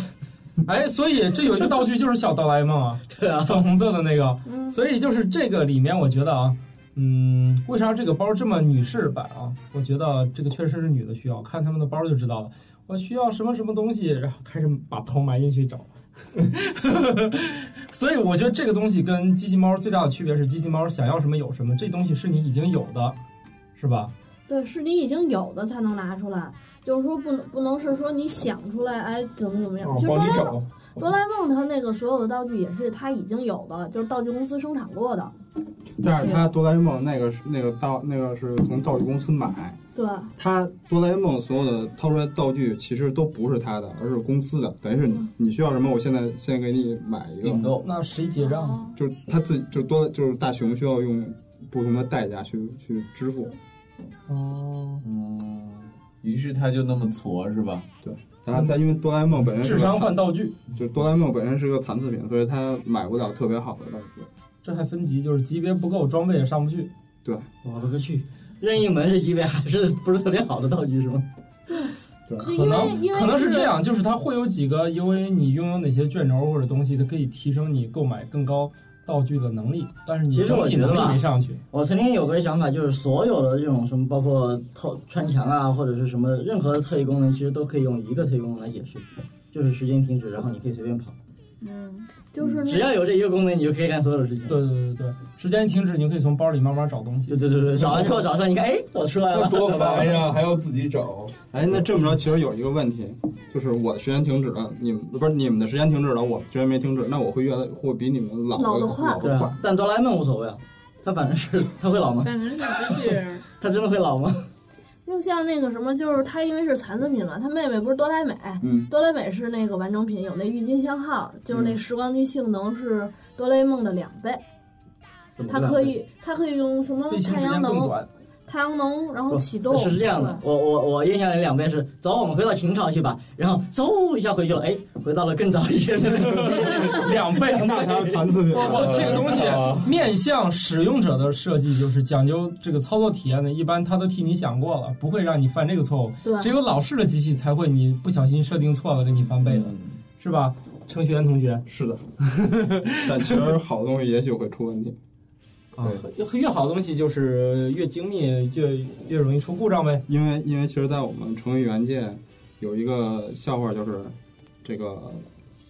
Speaker 3: 哎，所以这有一个道具就是小哆啦 A 梦啊，
Speaker 8: 对 啊，
Speaker 3: 粉红色的那个。所以就是这个里面，我觉得啊，嗯，为啥这个包这么女士版啊？我觉得这个确实是女的需要，看他们的包就知道了。我需要什么什么东西，然后开始把头埋进去找。 所以我觉得这个东西跟机器猫最大的区别是，机器猫想要什么有什么，这东西是你已经有的，是吧？
Speaker 9: 对，是你已经有的才能拿出来，就是说不能不能是说你想出来，哎，怎么怎么样。
Speaker 3: 哦
Speaker 9: 其实哆
Speaker 3: 帮
Speaker 9: 啦
Speaker 3: 你
Speaker 9: A
Speaker 3: 找
Speaker 9: 梦，哆啦 A 梦它那个所有的道具也是它已经有的，就是道具公司生产过的。
Speaker 4: 但是它哆啦 A 梦那个是那个道那个是从道具公司买，
Speaker 9: 对，
Speaker 4: 它哆啦 A 梦所有的掏出来的道具其实都不是它的，而是公司的，等于是你你需要什么，我现在现在给你买一个。
Speaker 3: 那谁结账
Speaker 9: 哦
Speaker 3: 啊？
Speaker 4: 就是他自己就多就是大熊需要用不同的代价去去支付，
Speaker 3: 哦，
Speaker 12: 嗯，于是他就那么矬是吧？
Speaker 4: 对，他他因为哆啦 A 梦本身是
Speaker 3: 智
Speaker 4: 个
Speaker 3: 商
Speaker 4: 残
Speaker 3: 换道具，
Speaker 4: 就是哆啦 A 梦本身是个残次品，所以他买不了特别好的道具。
Speaker 3: 这还分级，就是级别不够，装备也上不去。
Speaker 4: 对，
Speaker 8: 我勒个去，任意门是级别还是不是特别好的道具是吗？
Speaker 4: 对，
Speaker 3: 可能
Speaker 9: 因为
Speaker 3: 可能
Speaker 9: 是
Speaker 3: 这样，就是它会有几个，因为你拥有哪些卷轴或者东西，它可以提升你购买更高道具的能力，但是你
Speaker 8: 其实
Speaker 3: 整
Speaker 8: 我
Speaker 3: 体
Speaker 8: 觉得
Speaker 3: 能力
Speaker 8: 吧
Speaker 3: 没上去。
Speaker 8: 我曾经有个想法，就是所有的这种什么，包括透穿墙啊，或者是什么任何的特异功能，其实都可以用一个特异功能来解释，就是时间停止，然后你可以随便跑，
Speaker 9: 嗯，就是那
Speaker 8: 只要有这一个功能，你就可以干所有的事情。
Speaker 3: 对对对对，时间停止，你可以从包里慢慢找东西。
Speaker 8: 对对对对，找完之后找出来，你看，哎，我出来了，
Speaker 6: 那多烦呀，还要自己找。
Speaker 4: 哎，那这么着其实有一个问题，就是我的时间停止了，你们不是你们的时间停止了，我的时间没停止，那我会越来会比你们老的
Speaker 8: 老得快对啊但哆啦 A 梦无所谓啊，他反正是他会老吗？
Speaker 10: 反正是机器人。
Speaker 8: 他真的会老吗？
Speaker 9: 就像那个什么，就是他因为是残次品嘛，他妹妹不是哆啦美，
Speaker 4: 嗯
Speaker 9: 哆啦美是那个完整品，有那郁金香号，就是
Speaker 3: 嗯
Speaker 9: 那时光机性能是哆啦 A 梦的两倍，
Speaker 3: 嗯
Speaker 9: 它可以它可以用什么
Speaker 8: 飞行
Speaker 9: 太
Speaker 8: 时
Speaker 9: 阳
Speaker 8: 间更
Speaker 9: 能
Speaker 8: 短，
Speaker 9: 太阳能然后
Speaker 8: 不
Speaker 9: 启动
Speaker 8: 是这样的，我我我印象里两边是走，我们回到秦朝去吧，然后嗖一下回去了，哎，回到了更早以前的那个
Speaker 3: 两 倍，
Speaker 4: 那才是残次品
Speaker 3: 不不，这个东西
Speaker 8: 哦
Speaker 3: 面向使用者的设计就是讲究这个操作体验的，一般他都替你想过了，不会让你犯这个错误。
Speaker 9: 对
Speaker 3: 只有老式的机器才会你不小心设定错了，给你翻倍
Speaker 8: 嗯
Speaker 3: 了，是吧？程序员同学
Speaker 4: 是的，但其实好东西也许会出问题。
Speaker 3: 啊，越好的东西就是越精密，越越容易出故障呗。
Speaker 4: 因为因为其实，在我们程序员界有一个笑话，就是这个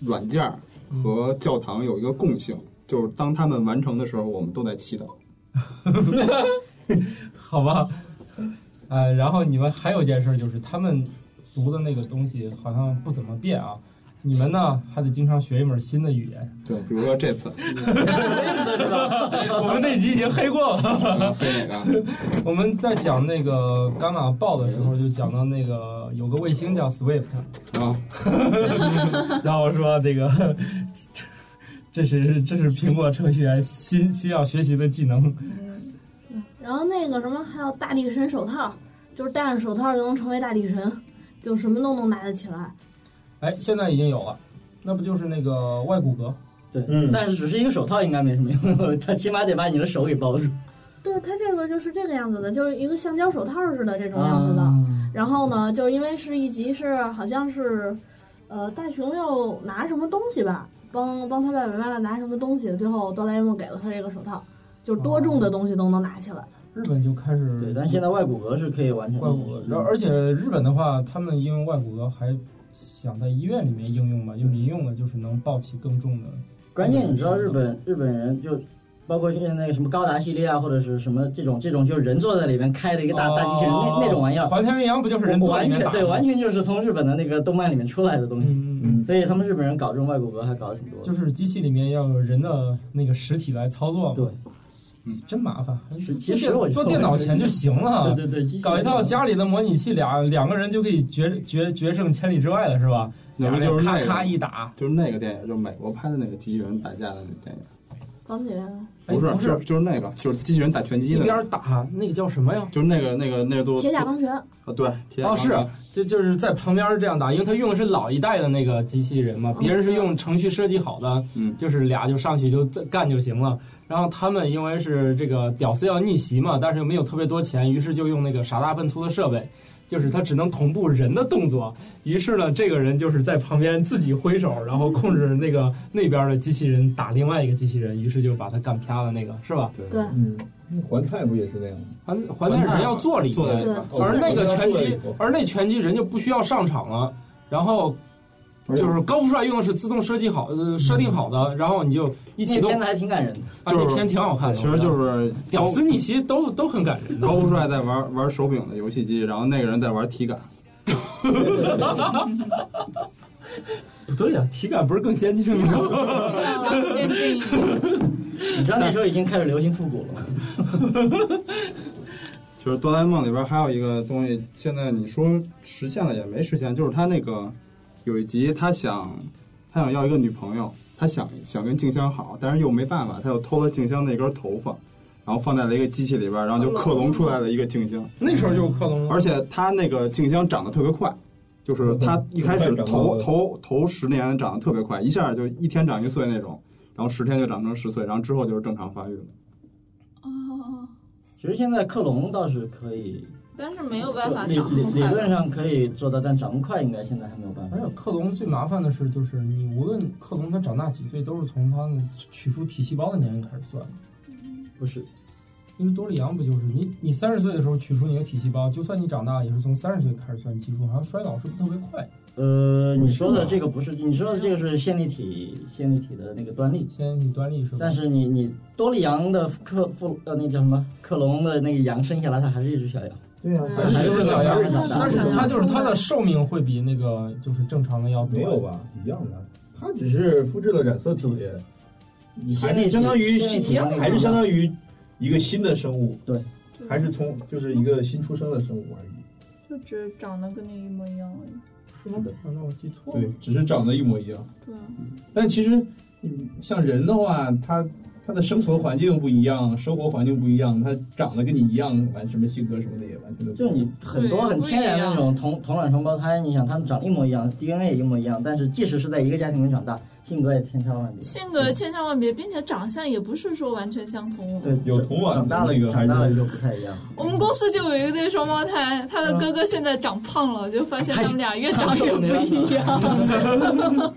Speaker 4: 软件儿和教堂有一个共性，就是当他们完成的时候，我们都在祈祷。
Speaker 3: 好吧，呃，然后你们还有一件事儿就是，他们读的那个东西好像不怎么变啊。你们呢，还得经常学一门新的语言。
Speaker 4: 对，比如说这次，
Speaker 3: 我们那集已经黑过了。
Speaker 4: 黑哪个？
Speaker 3: 我们在讲那个伽马爆的时候，就讲到那个有个卫星叫 Swift
Speaker 4: 啊，
Speaker 3: 然后我说那个 这是这是苹果程序员新新要学习的技能。
Speaker 9: 然后那个什么还有大力神手套，就是戴上手套就能成为大力神，就什么都能拿得起来。
Speaker 3: 哎，现在已经有了，那不就是那个外骨骼？
Speaker 8: 对，
Speaker 3: 嗯
Speaker 8: 但是只是一个手套应该没什么用， 他起码得把你的手给包住。
Speaker 9: 对，它这个就是这个样子的，就是一个橡胶手套似的这种样子的。
Speaker 3: 嗯
Speaker 8: 啊
Speaker 9: 然后呢，就因为是一集是好像是，呃，大雄要拿什么东西吧，帮帮他爸爸妈妈拿什么东西，最后哆啦 A 梦给了他这个手套，就是多重的东西都能拿起来。
Speaker 3: 日本就开始
Speaker 8: 对，但现在嗯外骨骼是可以完全
Speaker 3: 外骨骼，然后而且日本的话，他们应用外骨骼还想在医院里面应用嘛，就民用的，就是能抱起更重的。
Speaker 8: 关键你知道日本日本人就。包括现在那个什么高达系列啊，或者是什么这种这种，就是人坐在里面开了一个大、大机器人
Speaker 3: 哦
Speaker 8: 那那种玩意儿，
Speaker 3: 环太平洋不就是人坐里
Speaker 8: 完
Speaker 3: 面
Speaker 8: 全
Speaker 3: 打
Speaker 8: 对，
Speaker 3: 吗嗯
Speaker 8: 完全就是从日本的那个动漫里面出来的东西，所以他们日本人搞这种外骨骼还搞得挺多的。
Speaker 3: 就是机器里面要有人的那个实体来操作嘛。对，真麻烦。
Speaker 8: 其实我觉得
Speaker 3: 坐电脑前就行了。
Speaker 8: 对对对，
Speaker 3: 啊搞一套家里的模拟器俩，两个人就可以决决决胜千里之外了，是吧？
Speaker 4: 有
Speaker 3: 两
Speaker 4: 的
Speaker 3: 个人
Speaker 4: 就是那
Speaker 3: 咔
Speaker 4: 个
Speaker 3: 咔一打，
Speaker 4: 就是那个电影，就是美国拍的那个机器人打架的那个电影，
Speaker 9: 钢铁
Speaker 3: 哎
Speaker 4: 不是，
Speaker 3: 不是
Speaker 4: 就是就是那个，就是机器人打拳击
Speaker 3: 一
Speaker 4: 的那个，
Speaker 3: 边打，那个叫什么呀？
Speaker 4: 就是那个那个那个都
Speaker 9: 铁甲钢拳，
Speaker 4: 啊，对，铁甲
Speaker 3: 哦，
Speaker 4: 钢
Speaker 3: 是
Speaker 4: 拳，
Speaker 3: 就就是在旁边这样打，因为他用的是老一代的那个机器人嘛，别人是用程序设计好的，
Speaker 4: 嗯，
Speaker 3: 就是俩就上去就干就行了。然后他们因为是这个屌丝要逆袭嘛，但是又没有特别多钱，于是就用那个傻大笨粗的设备，就是他只能同步人的动作。于是呢，这个人就是在旁边自己挥手，然后控制那个那边的机器人打另外一个机器人，于是就把他干啪了那个，是吧？
Speaker 9: 对，
Speaker 6: 嗯，环太不也是那样吗？
Speaker 3: 环环太人要坐里
Speaker 6: 坐在
Speaker 3: 边
Speaker 6: 里边，
Speaker 3: 而那个拳
Speaker 6: 坐在里
Speaker 3: 击
Speaker 6: 边，
Speaker 3: 而那拳击人就不需要上场了。然后就是高富帅用的是自动设计好、呃、设定好的，然后你就一启动
Speaker 8: 那天还挺感人的，
Speaker 3: 啊，那天挺好看的。
Speaker 4: 其实就是
Speaker 3: 屌丝逆袭都都很感人的。
Speaker 4: 高富帅在玩玩手柄的游戏机，然后那个人在玩体感。
Speaker 3: 不对呀、体感不是更先进吗？
Speaker 10: 更先进。
Speaker 8: 你知道那时候已经开始流行复古了。
Speaker 4: 就是哆啦 A 梦里边还有一个东西，现在你说实现了也没实现，就是他那个有一集他想他想要一个女朋友，他想想跟静香好，但是又没办法，他又偷了静香那根头发，然后放在了一个机器里边，然后就克隆出来了一个静香。
Speaker 3: 那时候就克隆了，
Speaker 4: 而且他那个静香长得特别快，就是他一开始
Speaker 3: 嗯
Speaker 4: 头头头十年长得特别快，一下就一天长一岁那种，然后十天就长成十岁，然后之后就是正常发育了。
Speaker 2: 哦，
Speaker 8: 其实现在克隆倒是可以，
Speaker 2: 但是没有办法
Speaker 8: 理
Speaker 2: 掌
Speaker 8: 理
Speaker 2: 控
Speaker 8: 理
Speaker 2: 它
Speaker 8: 论上可以做到，但长得快应该现在还没有办法
Speaker 3: 而。且克隆最麻烦的是，就是你无论克隆它长大几岁，都是从它取出体细胞的年龄开始算。
Speaker 8: 不是，
Speaker 3: 因为多利羊不就是你你三十岁的时候取出你的体细胞，就算你长大也是从三十岁开始算起数，好像衰老是不是特别快？
Speaker 8: 呃，你说的
Speaker 3: 不是吗
Speaker 8: 这个不是，你说的这个是线粒体线粒体的那个端粒。
Speaker 3: 线粒体端粒是吧？
Speaker 8: 但是你你多利羊的克复呃那叫什么克隆的那个羊生下来，它还是一只小羊。
Speaker 11: 对呀
Speaker 3: 还是一只小羊
Speaker 8: 还是长，大
Speaker 3: 但是它就是它的寿命会比那个就是正常的要短
Speaker 11: 没有吧？一样的，它只是复制了染色体，还是相当于
Speaker 8: 现在体量
Speaker 11: 还是相当于一个新的生物，
Speaker 8: 对，
Speaker 11: 还是从就是一个新出生的生物而已，
Speaker 13: 就只长得跟你一模一样而已。
Speaker 3: 是吗？难道我记错
Speaker 11: 对，只是长得一模一样。
Speaker 13: 对啊，
Speaker 11: 但其实，嗯像人的话，他他的生存环境不一样，生活环境不一样，他长得跟你一样，完什么性格什么的也完全都不一
Speaker 8: 就
Speaker 11: 样
Speaker 8: 你很多很天然的那种同同卵双胞胎，你想他们长一模一样，DNA 也一模一样，但是即使是在一个家庭里长大，性格也千差万别。
Speaker 2: 性格千差万别，并且长相也不是说完全相同。哦
Speaker 8: 对，
Speaker 11: 有同卵
Speaker 8: 长大了
Speaker 11: 那个还
Speaker 8: 长
Speaker 11: 是
Speaker 8: 大了就不太一样。
Speaker 2: 我们公司就有一对双胞胎，他的哥哥现在长胖了，就发现他们俩越长越不一样。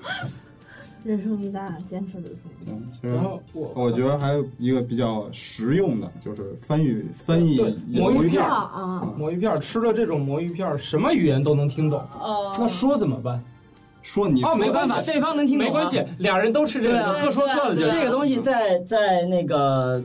Speaker 9: 人生一大坚持的路。
Speaker 4: 其实嗯我觉得还有一个比较实用的，就是翻译翻译
Speaker 3: 魔芋片
Speaker 4: 片
Speaker 3: 儿
Speaker 4: 儿，
Speaker 9: 啊，
Speaker 3: 魔芋片儿吃了这种魔芋片儿，什么语言都能听懂。
Speaker 2: 哦
Speaker 3: 那说怎么办？
Speaker 4: 说你
Speaker 3: 哦，没关系，
Speaker 8: 对方能听懂啊
Speaker 3: 没关系，俩人都吃这
Speaker 8: 对
Speaker 3: 个
Speaker 8: 啊，，
Speaker 3: 各说各的就行。
Speaker 8: 这个东西在在那个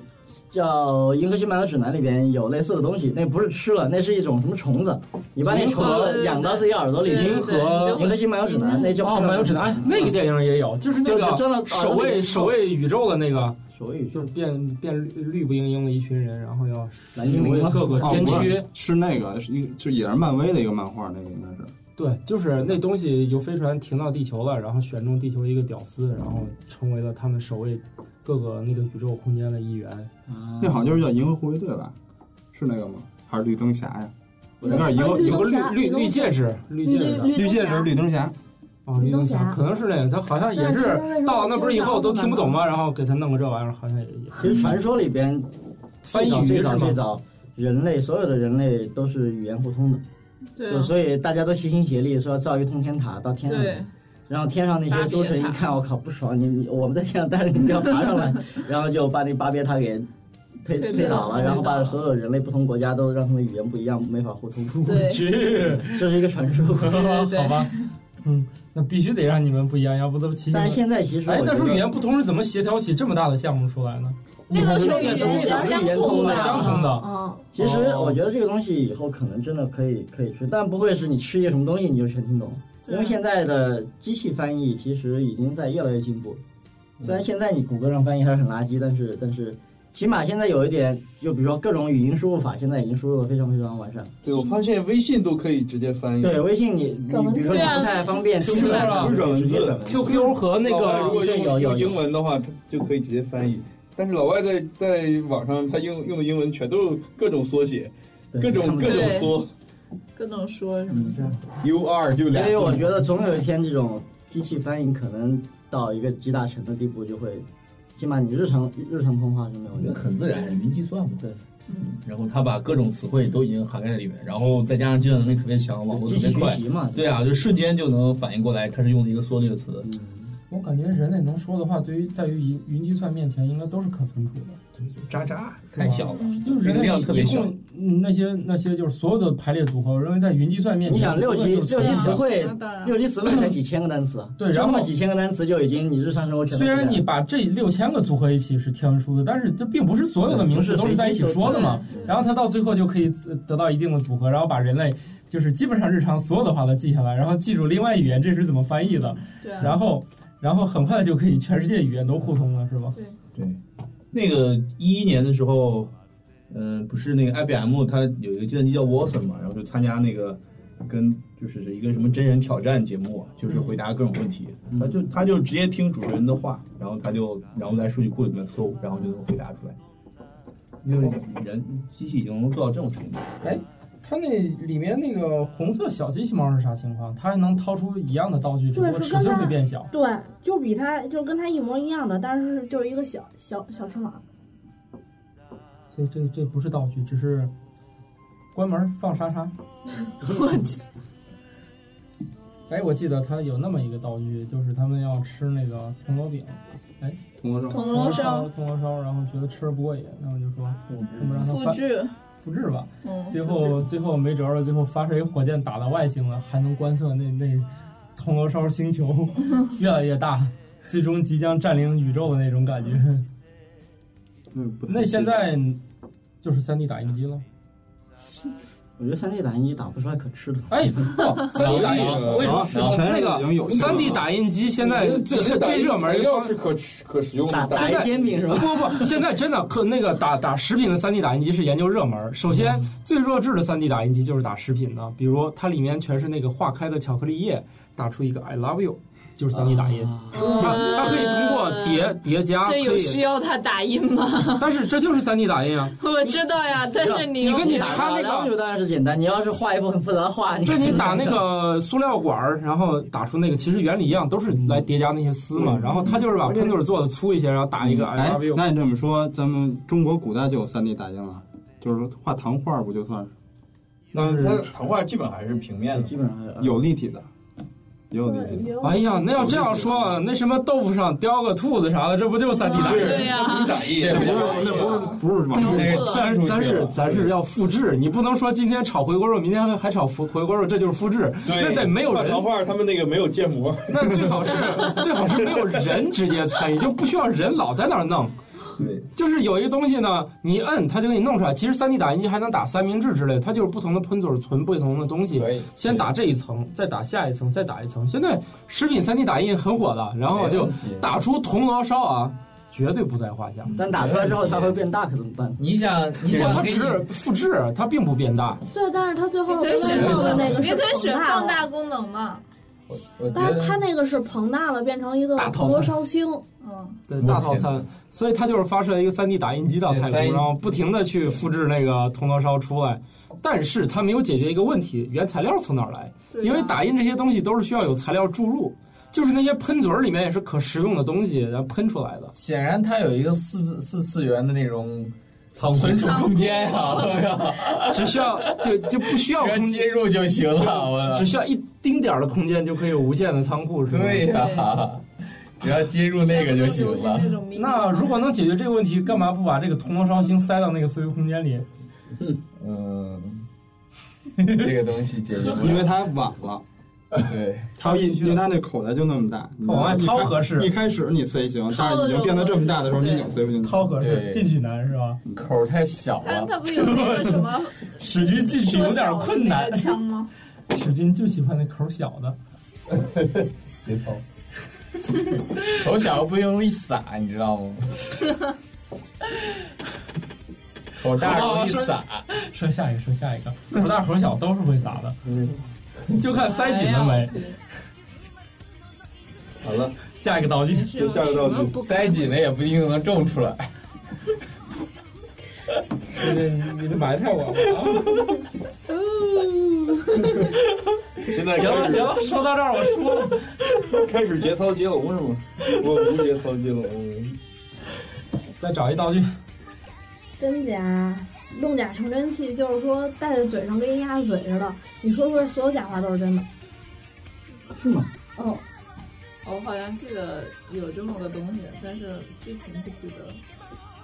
Speaker 8: 叫《银河系漫游指南》里边有类似的东西，那不是吃了，那是一种什么虫子，你把那虫子养到自己耳朵里。
Speaker 3: 银河
Speaker 8: 银河系漫游指南，那叫
Speaker 3: 哦，漫游指南，哎，那个电影也有，就是那
Speaker 8: 就就啊钻到
Speaker 3: 个守
Speaker 8: 耳朵
Speaker 3: 卫
Speaker 8: 里
Speaker 3: 守卫宇宙的那个，
Speaker 8: 守卫宇
Speaker 3: 就是变变绿绿不盈盈的一群人，然后要
Speaker 8: 蓝精灵吗
Speaker 3: 各个天
Speaker 4: 哦不
Speaker 3: 区
Speaker 4: 是。是那个，是一就也是漫威的一个漫画，那个应该是。
Speaker 3: 对，就是那东西由飞船停到地球了，然后选中地球一个屌丝，然后成为了他们守卫各个那个宇宙空间的一员。
Speaker 4: 那好像就是叫《银河护卫队》吧？是那个吗？还是绿灯侠呀？
Speaker 3: 有
Speaker 4: 有点银河
Speaker 3: 有个
Speaker 4: 绿
Speaker 3: 绿绿绿戒指，绿戒指的，
Speaker 4: 绿
Speaker 9: 啊
Speaker 4: 戒指绿灯侠。
Speaker 3: 哦，绿灯侠可能是那个，他好像也
Speaker 8: 但是其实
Speaker 3: 是
Speaker 8: 为什么
Speaker 3: 到那不是以后都听不懂
Speaker 8: 我
Speaker 3: 吗？然后给他弄个这玩意儿，好像也也
Speaker 8: 其实传说里边，
Speaker 3: 翻译
Speaker 8: 最
Speaker 3: 鱼
Speaker 8: 早
Speaker 3: 是吗
Speaker 8: 最早，人类所有的人类都是语言互通的，
Speaker 13: 对
Speaker 8: 就
Speaker 13: 啊，
Speaker 8: 所以大家都齐心协力说要造一个通天塔到天上去
Speaker 13: 对。
Speaker 3: 嗯
Speaker 8: 然后天上那些诸神一
Speaker 13: 巴别
Speaker 8: 看，我靠，不爽！你你我们在天上待着，你不要爬上来，然后就把那巴别塔给推
Speaker 13: 推
Speaker 8: 推
Speaker 13: 倒
Speaker 8: 倒
Speaker 13: 了
Speaker 8: 了，然后把所有人类不同国家都让他们语言不一样，没法互通。
Speaker 13: 对
Speaker 3: 去，
Speaker 8: 这是一个传说。
Speaker 3: 好吧，嗯，那必须得让你们不一样，要不都齐。
Speaker 8: 但是现在其实
Speaker 3: 哎
Speaker 8: 我，
Speaker 3: 那
Speaker 8: 觉
Speaker 3: 时候
Speaker 8: 得
Speaker 3: 语言不通是怎么协调起这么大的项目出来呢？
Speaker 8: 那个时候语言是相通的
Speaker 3: 相同的。
Speaker 9: 嗯，
Speaker 8: 其实
Speaker 6: 哦
Speaker 8: 我觉得这个东西以后可能真的可以可以吃，但不会是你吃一个什么东西你就全听懂，
Speaker 13: 对
Speaker 8: 因为现在的机器翻译其实已经在越来越进步。
Speaker 6: 嗯
Speaker 8: 虽然现在你谷歌上翻译还是很垃圾，但是但是起码现在有一点，就比如说各种语音输入法，现在已经输入的非常非常完善。
Speaker 6: 对，我发现微信都可以直接翻译。
Speaker 8: 对微信你，你比如说你不太方便
Speaker 6: 啊是
Speaker 8: 听出来
Speaker 6: 啊不是软文字
Speaker 3: QQ 和那个
Speaker 6: 如果用
Speaker 8: 有有
Speaker 6: 用英文的话，就可以直接翻译。但是老外在在网上，他用用的英文全都是各种缩写，各种各种缩
Speaker 13: 各种说什
Speaker 3: 嗯
Speaker 13: 么的。
Speaker 6: ，U R 就俩
Speaker 8: 所以我
Speaker 6: 字
Speaker 8: 觉得总有一天，这种机器翻译可能到一个集大成的地步，就会，起码你日常日常通话上面，我
Speaker 7: 我觉
Speaker 8: 觉得
Speaker 7: 得很自然，云计算嘛。嗯
Speaker 8: 对，
Speaker 7: 然后他把各种词汇都已经涵盖在里面，然后再加上计算能力特别强，网络特别快
Speaker 8: 机器学习嘛，
Speaker 7: 对啊，就瞬间就能反应过来，它是用的一个缩略词。
Speaker 3: 我感觉人类能说的话，对于在于云云计算面前，应该都是可存储的。
Speaker 7: 渣渣太小了，
Speaker 3: 就是人类
Speaker 7: 量特别
Speaker 3: 一
Speaker 7: 小。
Speaker 3: 共嗯那些那些就是所有的排列组合，我认为在云计算面前，
Speaker 8: 你想六级
Speaker 3: 无论是
Speaker 8: 六级词汇
Speaker 2: 啊
Speaker 13: 那当，然
Speaker 8: 六级词汇才几千个单词啊，
Speaker 3: 对然后
Speaker 8: 这么几千个单词就已经你日常生活全都
Speaker 3: 虽
Speaker 8: 不
Speaker 3: 然
Speaker 8: 了
Speaker 3: 你把这六千个组合一起是天文数字，但是这并不是所有的名词都是在一起说的嘛。然后它到最后就可以自得到一定的组合，然后把人类就是基本上日常所有的话都记下来，然后记住另外语言这是怎么翻译的，
Speaker 2: 对
Speaker 10: 嗯
Speaker 2: 啊
Speaker 3: 然后然后很快就可以全世界语言都互通了，是吧？
Speaker 2: 对。
Speaker 7: 对，那个一一年的时候，嗯、不是那个 IBM 它有一个计算机叫 Watson 嘛，然后就参加那个跟就是一个什么真人挑战节目，啊就是回答各种问题，
Speaker 3: 嗯
Speaker 7: 他就他就直接听主持人的话，然后他就然后在数据库里面搜，然后就能回答出来。因为人机器已经能做到这种程度，
Speaker 3: 哎，它那里面那个红色小机器猫是啥情况？它还能掏出一样的道具，只不
Speaker 9: 对，
Speaker 3: 过
Speaker 9: 是
Speaker 3: 尺
Speaker 9: 跟
Speaker 3: 寸
Speaker 9: 它
Speaker 3: 会变小。
Speaker 9: 对，就比它就跟它一模一样的，但是就是一个小小小尺码。
Speaker 3: 所以这这不是道具，只是关门放沙沙。
Speaker 2: 我去！
Speaker 3: 哎，我记得它有那么一个道具，就是他们要吃那个铜锣饼，哎，
Speaker 4: 铜锣烧
Speaker 2: 铜锣烧嗯
Speaker 3: 铜锣烧，然后觉得吃的不过瘾，他们就说要
Speaker 4: 嗯
Speaker 3: 不让它
Speaker 2: 复
Speaker 3: 翻
Speaker 2: 制，
Speaker 3: 复制吧。
Speaker 2: 嗯，
Speaker 3: 最后最后没辙了，最后发射一火箭打到外星了，还能观测那那铜锣烧 星球越来越大，最终即将占领宇宙的那种感觉。
Speaker 4: 嗯，
Speaker 3: 那现在就是三 D 打印机了。
Speaker 8: 我觉得三 D 打印机打不出来可吃的。
Speaker 3: 哎，三 D 打印，啊我跟你说，那个三 D 打印机现在最最最热门
Speaker 6: 料是可吃可食用的，
Speaker 3: 现在不不不，现在真的可那个打打食品的三 D 打印机是研究热门儿。首先，最弱智的三 D 打印机就是打食品的，比如它里面全是那个化开的巧克力液，打出一个 I love you，就是三 D 打
Speaker 8: 哎哦
Speaker 3: 印。它它可以通过叠叠
Speaker 2: 嗯
Speaker 3: 加，
Speaker 2: 呃这
Speaker 3: 可
Speaker 2: 有
Speaker 3: 以
Speaker 2: 需要它打印吗？
Speaker 3: 但是这就是三 D 打 印啊。
Speaker 2: 我知道呀，但是你用
Speaker 8: 就当然是简单，你要是画一幅很复杂的画，
Speaker 3: 就你打那个塑料管儿，然后打出那个，其实原理一样，都是来叠加那些丝嘛。然后它就是把喷嘴做的粗一些，然后打一个 I
Speaker 4: 哎
Speaker 3: love you。，
Speaker 4: 那你这么说，咱们中国古代就有三 D 打印了，就是说画糖画不就算是？
Speaker 6: 那它糖画基本还是平面的，
Speaker 8: 基本上
Speaker 4: 有立体的，也有立体的。
Speaker 3: 哎呀，那要这样说，啊那什么豆腐上雕个兔子啥的，这不就是三 D 打印？
Speaker 6: 对呀
Speaker 3: 3D
Speaker 6: 这 不
Speaker 3: 那不是
Speaker 4: 不
Speaker 6: 是
Speaker 4: 是
Speaker 6: 往上
Speaker 3: 那
Speaker 6: 那
Speaker 3: 个
Speaker 6: 个
Speaker 3: 咱
Speaker 6: 技术
Speaker 3: 咱
Speaker 6: 去
Speaker 3: 是
Speaker 6: 了
Speaker 3: 咱是要复制，你不能说今天炒回锅肉，明天还还炒回回锅肉，这就是复制，
Speaker 6: 对
Speaker 3: 那得没有人
Speaker 6: 画。糖画，他们那个没有建 模，
Speaker 3: 那最好 是最好是没有人直接参与，就不需要人老在那儿弄。
Speaker 7: 对，
Speaker 3: 就是有一个东西呢，你一摁它就给你弄出来。其实三 D 打印机还能打三明治之类的，它就是不同的喷嘴儿存不同的东西，先打这一层，再打下一层，再打一层。现在食品三 D 打印很火的，然后
Speaker 8: 没
Speaker 3: 就
Speaker 8: 问题
Speaker 3: 打出铜锣烧啊，绝对不在话下。
Speaker 8: 但打出来之后它会变大，可怎么办？
Speaker 3: 你想
Speaker 8: 你想
Speaker 3: 它
Speaker 8: 给
Speaker 3: 只
Speaker 8: 你
Speaker 3: 是复制，它并不变大。
Speaker 9: 对，但是它最后
Speaker 10: 你可以选
Speaker 9: 弄的
Speaker 10: 放
Speaker 9: 那个
Speaker 10: 你
Speaker 9: 是
Speaker 10: 可以选
Speaker 9: 膨大
Speaker 10: 放
Speaker 9: 的，
Speaker 10: 大功能嘛？
Speaker 9: 但是它那个是膨大了，变成一个
Speaker 3: 大套餐
Speaker 9: 罗烧星。
Speaker 10: 嗯，
Speaker 3: 对大套餐，所以它就是发射一个3 D 打印机到太
Speaker 9: 对
Speaker 3: 空，然后不停的去复制那个铜锣烧出来。但是它没有解决一个问题：原材料从哪儿来？
Speaker 2: 对啊
Speaker 3: 因为打印这些东西都是需要有材料注入，就是那些喷嘴儿里面也是可食用的东西，然后喷出来的。
Speaker 12: 显然它有一个四四次元的那种
Speaker 7: 仓
Speaker 12: 存储空间呀、
Speaker 3: 只需要就就不需要
Speaker 12: 只要
Speaker 3: 空呃
Speaker 12: 接入就行了，我
Speaker 3: 只需要一丁点儿的空间就可以有无限的仓库，是吧？
Speaker 12: 对呀、只要接入那个就行了。
Speaker 3: 那如果能解决这个问题，干嘛不把这个铜锣烧星塞到那个四维空间里？
Speaker 12: 嗯，这个东西解决不了，
Speaker 4: 因为它晚了。
Speaker 12: 对，
Speaker 4: 它一因为它那口袋就那么大，你
Speaker 3: 往外掏合适
Speaker 4: 一开始你塞行，但是已经变得这么大的时候，你已经塞不进去。
Speaker 3: 掏合
Speaker 12: 对
Speaker 3: 适，进去难是吧？
Speaker 12: 口儿太小
Speaker 10: 但
Speaker 12: 了，
Speaker 10: 它不有那个什么
Speaker 3: 史军进去有点困难
Speaker 10: 缩小的那个，枪吗？
Speaker 3: 史军就喜欢那口小的。
Speaker 12: 别掏，口小不容易撒，你知道吗？口大容易撒，
Speaker 3: 说下一个，说下一个，口大口小都是会撒的，就看塞紧了没。
Speaker 6: 好了，
Speaker 3: 下一个道具，
Speaker 6: 下个道具，
Speaker 12: 塞紧了也不一定能种出来。
Speaker 3: 哎你你埋汰我了
Speaker 6: 现在
Speaker 3: 啊！行了
Speaker 6: 开始
Speaker 3: 行了，说到这儿我输了。
Speaker 6: 开始节操接龙是吗？我无节操嗯接龙，
Speaker 3: 再找一道具，
Speaker 9: 真假弄假成真器，就是说戴在嘴上跟一鸭嘴似的，你说出来所有假话都是真的。
Speaker 8: 是吗？
Speaker 9: 哦，
Speaker 13: 我好像记得有这么个东西，但是剧情不记得了。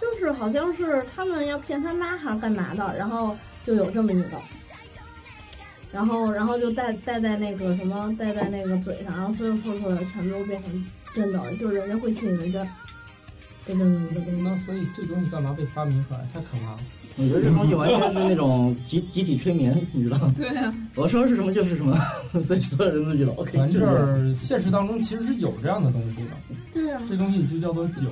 Speaker 9: 就是好像是他们要骗他妈还是干嘛的，然后就有这么一个，然后然后就戴戴在那个什么戴在那个嘴上，然后所有说出来的全都变成真的，就是人家会信以为真。
Speaker 14: 噔噔噔噔。
Speaker 3: 那所以这东西干嘛被发明出来？太可怕了！
Speaker 8: 我觉得这东西完全是那种集集体催眠，你知道吗？
Speaker 10: 对啊，
Speaker 8: 我说是什么就是什么，所以所有人都觉得 OK。
Speaker 3: 咱
Speaker 8: 就是
Speaker 3: 这 儿现实当中其实是有这样的东西的，
Speaker 9: 对啊，
Speaker 3: 这东西就叫做酒。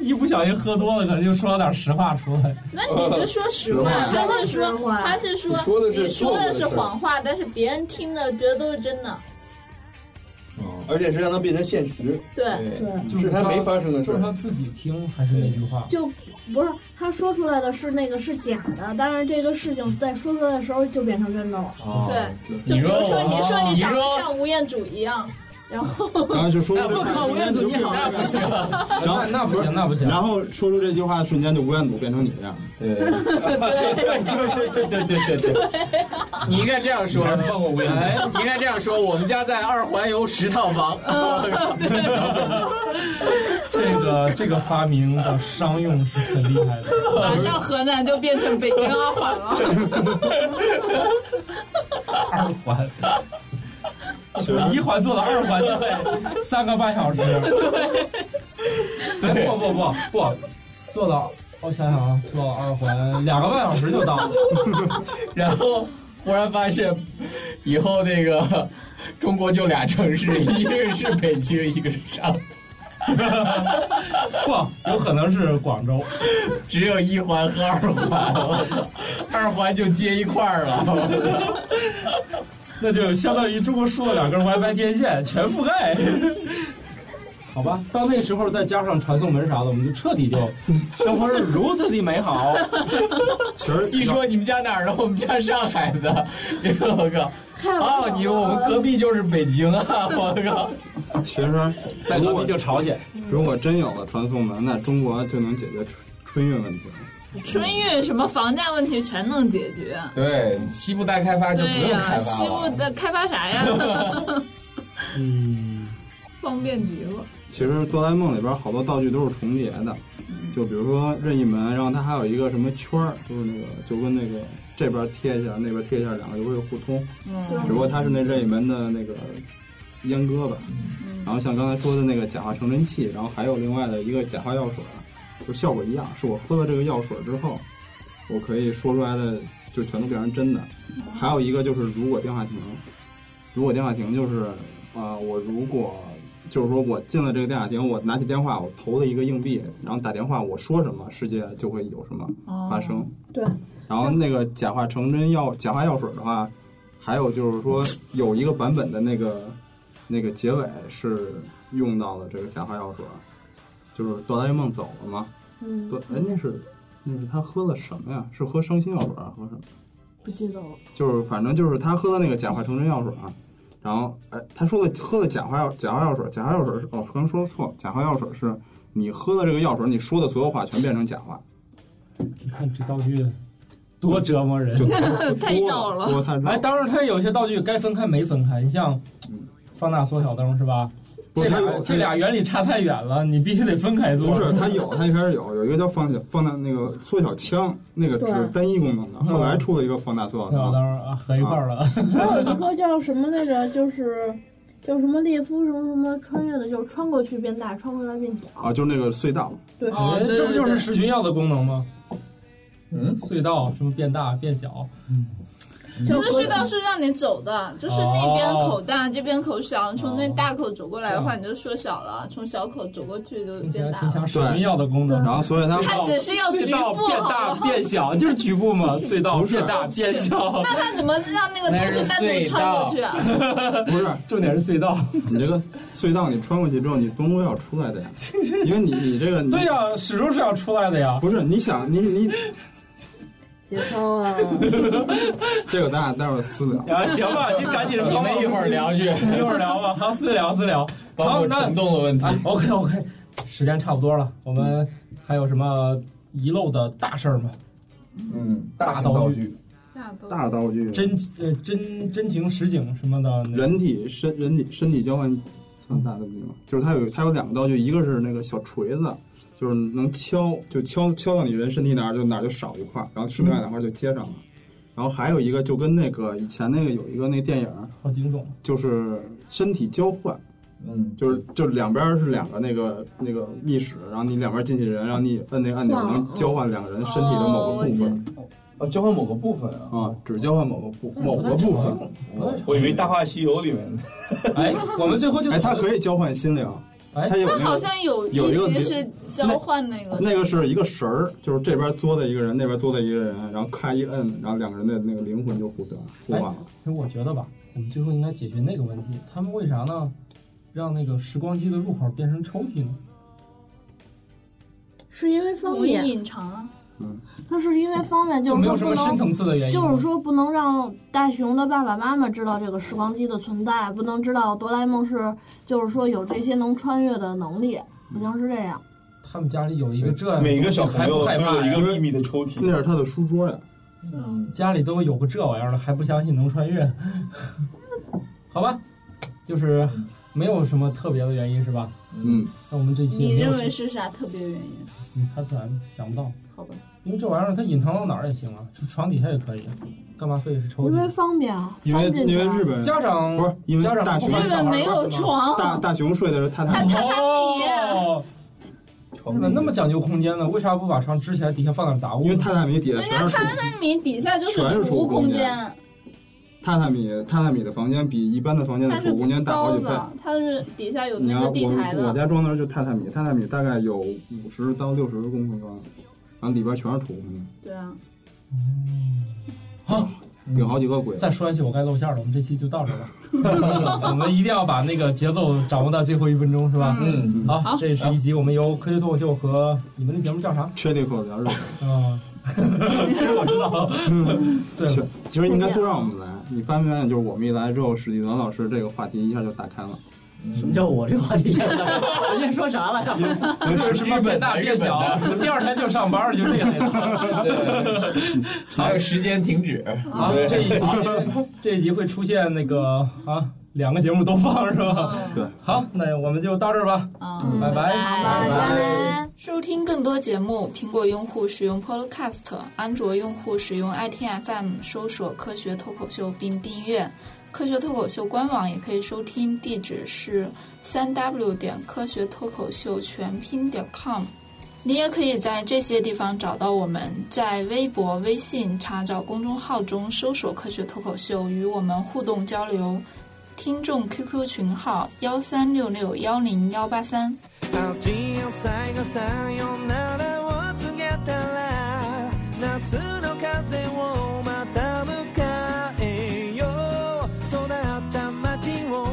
Speaker 3: 一不小心喝多了，可能就说了点实话出来。
Speaker 10: 那你是说实话，
Speaker 3: 实话
Speaker 10: 他是说他是说
Speaker 3: 你说的是
Speaker 10: 你说的
Speaker 11: 做过的事
Speaker 10: 是
Speaker 11: 儿
Speaker 10: 谎话，但是别人听的觉得都是真的。
Speaker 11: 而且是让它变成现实。
Speaker 10: 对
Speaker 9: 对
Speaker 11: 是它没发生的事
Speaker 3: 就是。他自己听还是那句话？
Speaker 9: 就不是他说出来的是那个是假的，但是这个事情在说出来的时候就变成真的了。
Speaker 4: 哦
Speaker 10: 对，就
Speaker 11: 你
Speaker 10: 比
Speaker 11: 说
Speaker 10: 如说你说
Speaker 11: 你
Speaker 10: 你长得
Speaker 11: 说
Speaker 10: 像吴彦祖一样，然后
Speaker 4: 然后就说出这
Speaker 10: 哎我靠
Speaker 4: 瞬
Speaker 10: 吴
Speaker 4: 间
Speaker 10: 彦祖
Speaker 4: 就
Speaker 10: 你好
Speaker 4: 变
Speaker 10: 那不
Speaker 4: 成
Speaker 10: 行
Speaker 4: 然后
Speaker 3: 那那不行那不行
Speaker 4: 然后说出这句话的瞬间就吴彦祖变成你这样，对
Speaker 6: 对对对对对对，你应该这样说，
Speaker 3: 哎
Speaker 6: 你应该这样说，我们家在二环有十套房。
Speaker 3: 这个这个发明的商用是很厉害的。
Speaker 10: 马上河南就变成北京二环了。
Speaker 3: 二环，从一环做到二环就得三个半小时。对，不不不不，做到我想想啊，做到二环两个半小时就到了。
Speaker 6: 然后忽然发现，以后那个中国就俩城市，一个是北京，一个是上海。
Speaker 3: 不，有可能是广州，
Speaker 6: 只有一环和二环，二环就接一块儿了。
Speaker 3: 那就相当于中国竖了两根 WiFi 天线，全覆盖。好吧，到那时候再加上传送门啥的，我们就彻底就生活是如此的美好。
Speaker 4: 其实
Speaker 6: 一说你们家哪儿的，我们家上海的，哎我靠！哦，你我们隔壁就是北京啊！我靠！
Speaker 4: 其实
Speaker 3: 在隔壁就朝鲜。
Speaker 4: 如果真有了传送门，那中国就能解决春春运问题了。
Speaker 10: 春运什么房价问题全能解决。
Speaker 6: 对，西部大开发就不
Speaker 10: 对
Speaker 6: 用
Speaker 10: 呀、
Speaker 6: 开发
Speaker 10: 西部
Speaker 6: 了。
Speaker 10: 的开发啥呀？
Speaker 4: 嗯，
Speaker 10: 方便极了。
Speaker 4: 其实哆啦 A 梦里边好多道具都是重叠的，就比如说任意门，然后它还有一个什么圈儿，就是那个就跟那个这边贴一下，那边贴一下，两个就会互通。
Speaker 10: 嗯
Speaker 4: 只不过它是那任意门的那个阉割吧。然后像刚才说的那个假发成真器，然后还有另外的一个假发药水，就效果一样，是我喝了这个药水之后，我可以说出来的就全都变成真的。还有一个就是如果电话亭，如果电话亭就是啊、呃我如果就是说我进了这个电话亭，我拿起电话，我投了一个硬币，然后打电话，我说什么，世界就会有什么发生。
Speaker 9: 对，
Speaker 4: 然后那个假发成真药假发药水的话，还有就是说有一个版本的那个那个结尾是用到了这个假发药水，就是哆啦 A 梦走了嘛，
Speaker 9: 嗯
Speaker 4: 对，哎那是那是他喝了什么呀？是喝伤心药水啊？喝什么？
Speaker 9: 不记得了。
Speaker 4: 就是反正就是他喝的那个假发成真药水啊，然后哎，他说的喝的假发药假发药水，假发药水是哦，刚说错，假发药水是你喝了这个药水，你说的所有话全变成假话，
Speaker 3: 你看这道具多折磨人，
Speaker 10: 呃太绕了多太绕了
Speaker 3: 哎，当然它有些道具该分开没分开，你像放大缩小灯是吧？
Speaker 4: 不
Speaker 3: 这
Speaker 4: 是
Speaker 3: 俩
Speaker 4: 它有
Speaker 3: 这俩原理差太远了，你必须得分开做。
Speaker 4: 不是，它有，它一开始有，有一个叫放小放大那个缩小枪，那个只是
Speaker 9: 对
Speaker 4: 单一功能的，后来出了一个放大缩小
Speaker 3: 缩小灯啊，合一块儿了。
Speaker 9: 还有一个叫什么来着？就是叫什么列夫什么什么穿越的，就是穿过去变大，穿回来变小。
Speaker 4: 啊，就是那个隧道，
Speaker 9: 啊对，
Speaker 3: 哎这不就是食群药的功能吗？嗯，隧道什么变大变小，
Speaker 10: 这个隧道是让你走的，就是那边口大，这边口小。从那大口走过来的话，你就缩小了；从小口走过去就变大
Speaker 3: 挺
Speaker 10: 了。
Speaker 3: 像食群药的功能。
Speaker 4: 然后所以它
Speaker 10: 它只是要局
Speaker 3: 隧
Speaker 10: 部
Speaker 3: 道变
Speaker 10: 好
Speaker 3: 大
Speaker 10: 吗
Speaker 3: 变小，就是局部 嘛，隧道变大变小。
Speaker 10: 那他怎么让那个东西单独穿过去啊？
Speaker 4: 不是，
Speaker 3: 重点是隧 道。
Speaker 4: 你这个隧道你穿过去之后，你终归要出来的呀，因为你你这个
Speaker 3: 对呀，始终是要出来的呀。
Speaker 4: 不是，你想你你
Speaker 14: 节操啊！
Speaker 4: 这个咱俩待会儿私聊。
Speaker 3: 啊，行吧，你赶紧说吧。
Speaker 6: 你们一会儿聊去
Speaker 3: 一会儿聊吧。好，私聊私聊。
Speaker 6: 包
Speaker 3: 好，
Speaker 6: 括
Speaker 3: 那
Speaker 6: 虫洞的问题。
Speaker 3: OK OK，时间差不多了，我们还有什么遗漏的大事儿吗？
Speaker 11: 嗯，
Speaker 3: 大
Speaker 11: 型道
Speaker 3: 具、
Speaker 4: 大道具、
Speaker 3: 真呃真真情实景什么的，
Speaker 4: 人体身人体身体交换算大道具吗？就是它有它有两个道具，一个是那个小锤子，就是能敲，就敲敲到你人身体哪儿就哪儿就少一块儿，然后另外两块儿就接上了。然后还有一个就跟那个以前那个有一个那电影儿，
Speaker 3: 好惊悚。
Speaker 4: 就是身体交换，嗯，就是就是两边是两个那个那个密室，然后你两边进去人，然后你摁那个按钮
Speaker 6: 哇
Speaker 4: 能交换两个人身体的
Speaker 13: 哦
Speaker 4: 某个部分。
Speaker 6: 啊，交换某个部分啊，
Speaker 4: 啊，只交换某个部
Speaker 13: 哎
Speaker 6: 嗯
Speaker 4: 某个部分。
Speaker 6: 我我以为《大话西游》里面，
Speaker 3: 哎，我们最后就
Speaker 4: 哎，它可以交换心灵，它有那
Speaker 13: 他
Speaker 4: 个
Speaker 13: 好像有
Speaker 4: 有一个
Speaker 13: 一集是交换那个
Speaker 4: 那个是一个绳儿，就是这边作的一个人，那边作的一个人，然后咔一摁，然后两个人的那个灵魂就互断互换了。
Speaker 3: 哎，我觉得吧，我们最后应该解决那个问题，他们为啥呢？让那个时光机的入口变成抽屉呢？
Speaker 9: 是因为方
Speaker 13: 容易
Speaker 9: 便，
Speaker 13: 隐藏啊。
Speaker 9: 那是因为方便，
Speaker 3: 就
Speaker 9: 就是
Speaker 3: 没
Speaker 9: 说不
Speaker 3: 有什么
Speaker 9: 能
Speaker 3: 深层次的原因
Speaker 9: 就是说不能让大雄的爸爸妈妈知道这个时光机的存在，不能知道哆啦 A 梦是，就是说有这些能穿越的能力，好像是这样。
Speaker 3: 他们家里有一个这，
Speaker 6: 每个小朋
Speaker 3: 还
Speaker 6: 友
Speaker 3: 不害怕
Speaker 6: 都有一
Speaker 3: 呀
Speaker 6: 个秘密的抽屉，
Speaker 4: 那是他的书桌呀。
Speaker 3: 家里都有个这玩意儿了，还不相信能穿越？ 好吧，就是没有什么特别的原因是吧？
Speaker 4: 嗯，
Speaker 3: 那我们这期也
Speaker 13: 你
Speaker 3: 没有
Speaker 13: 认为是啥特别原因？
Speaker 3: 你猜出来吗？想不到，
Speaker 13: 好吧，
Speaker 3: 因为这玩意儿它隐藏到哪儿也行啊，就床底下也可以，干嘛非得是抽
Speaker 9: 因为
Speaker 3: 屉？
Speaker 9: 方便啊，
Speaker 4: 因为
Speaker 9: 方进去
Speaker 4: 因
Speaker 9: 啊
Speaker 4: 为日本
Speaker 3: 家长
Speaker 4: 不是因为
Speaker 3: 家长
Speaker 4: 大熊
Speaker 3: 不放小孩儿
Speaker 13: 有床
Speaker 4: 大大熊睡的是榻
Speaker 13: 榻
Speaker 4: 榻米，
Speaker 3: 哦，日本那么讲究空间呢，为啥不把床支起来，底下放点杂物？因
Speaker 4: 为榻榻米底下
Speaker 13: 人家
Speaker 4: 全是
Speaker 13: 榻榻米底下就是
Speaker 4: 全
Speaker 13: 储物
Speaker 4: 是储物空
Speaker 13: 空
Speaker 4: 间
Speaker 13: 间，
Speaker 4: 榻榻米榻榻米的房间比一般的房间的
Speaker 13: 它
Speaker 4: 储
Speaker 13: 是
Speaker 4: 物空间大好
Speaker 13: 高
Speaker 4: 几倍。
Speaker 13: 的，它是底下有
Speaker 4: 你
Speaker 13: 那
Speaker 4: 要
Speaker 13: 个地台
Speaker 4: 我我
Speaker 13: 的。
Speaker 4: 家装的是就榻榻米，榻榻米大概有五十到六十公分高，然后里边全是储物空间，
Speaker 13: 对啊，
Speaker 4: 有好几个鬼。
Speaker 3: 再说下去我该露馅了，我们这期就到这儿吧。 我们一定要把那个节奏掌握到最后一分钟，是吧？
Speaker 4: 嗯
Speaker 3: 好，这是一集我们由科学脱口秀和你们的节目叫啥？
Speaker 4: 缺那口聊日，
Speaker 3: 嗯，其实我知 道，对
Speaker 4: 其，其实应该都让我们来。你发没发现，就是我们一来之后，史蒂文老师这个话题一下就打开了。
Speaker 8: 什么叫我这话题？ 人家说啥来着？
Speaker 3: 就是什么变大变小， 第二天就上班就这类 的。
Speaker 12: 还有时间停止
Speaker 3: 啊，这一集这一集会出现那个啊，两个节目都放是吧？
Speaker 4: 对，
Speaker 3: 好，那我们就到这儿吧，
Speaker 13: 嗯
Speaker 3: 拜拜，
Speaker 13: 拜拜。
Speaker 10: 收听更多节目，苹果用户使用 Podcast，安卓用户使用 ITFM 搜索“科学脱口秀”并订阅。科学脱口秀官网也可以收听，地址是三 w 点科学脱口秀全拼点 com。你也可以在这些地方找到我们，在微博、微信查找公众号中搜索“科学脱口秀”，与我们互动交流。听众 QQ 群号幺三六六幺零幺八三。
Speaker 15: あの地を最後さよならを告げたら夏の風をまた迎えよう育った街を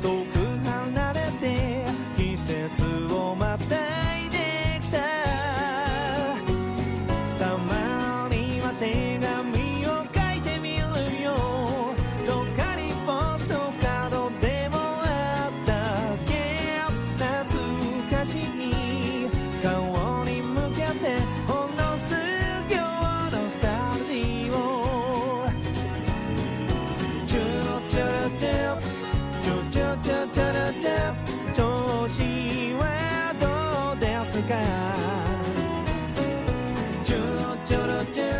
Speaker 15: 遠く離れて季節をまたいできたたまには手紙を書いてみるよどっかにポストカードでもあったっけ懐かしい顔に向けてほんの数行のスタージーをチュルチュルチュチュチュチュチュルチュ調子はどうですかチュルチュルチュ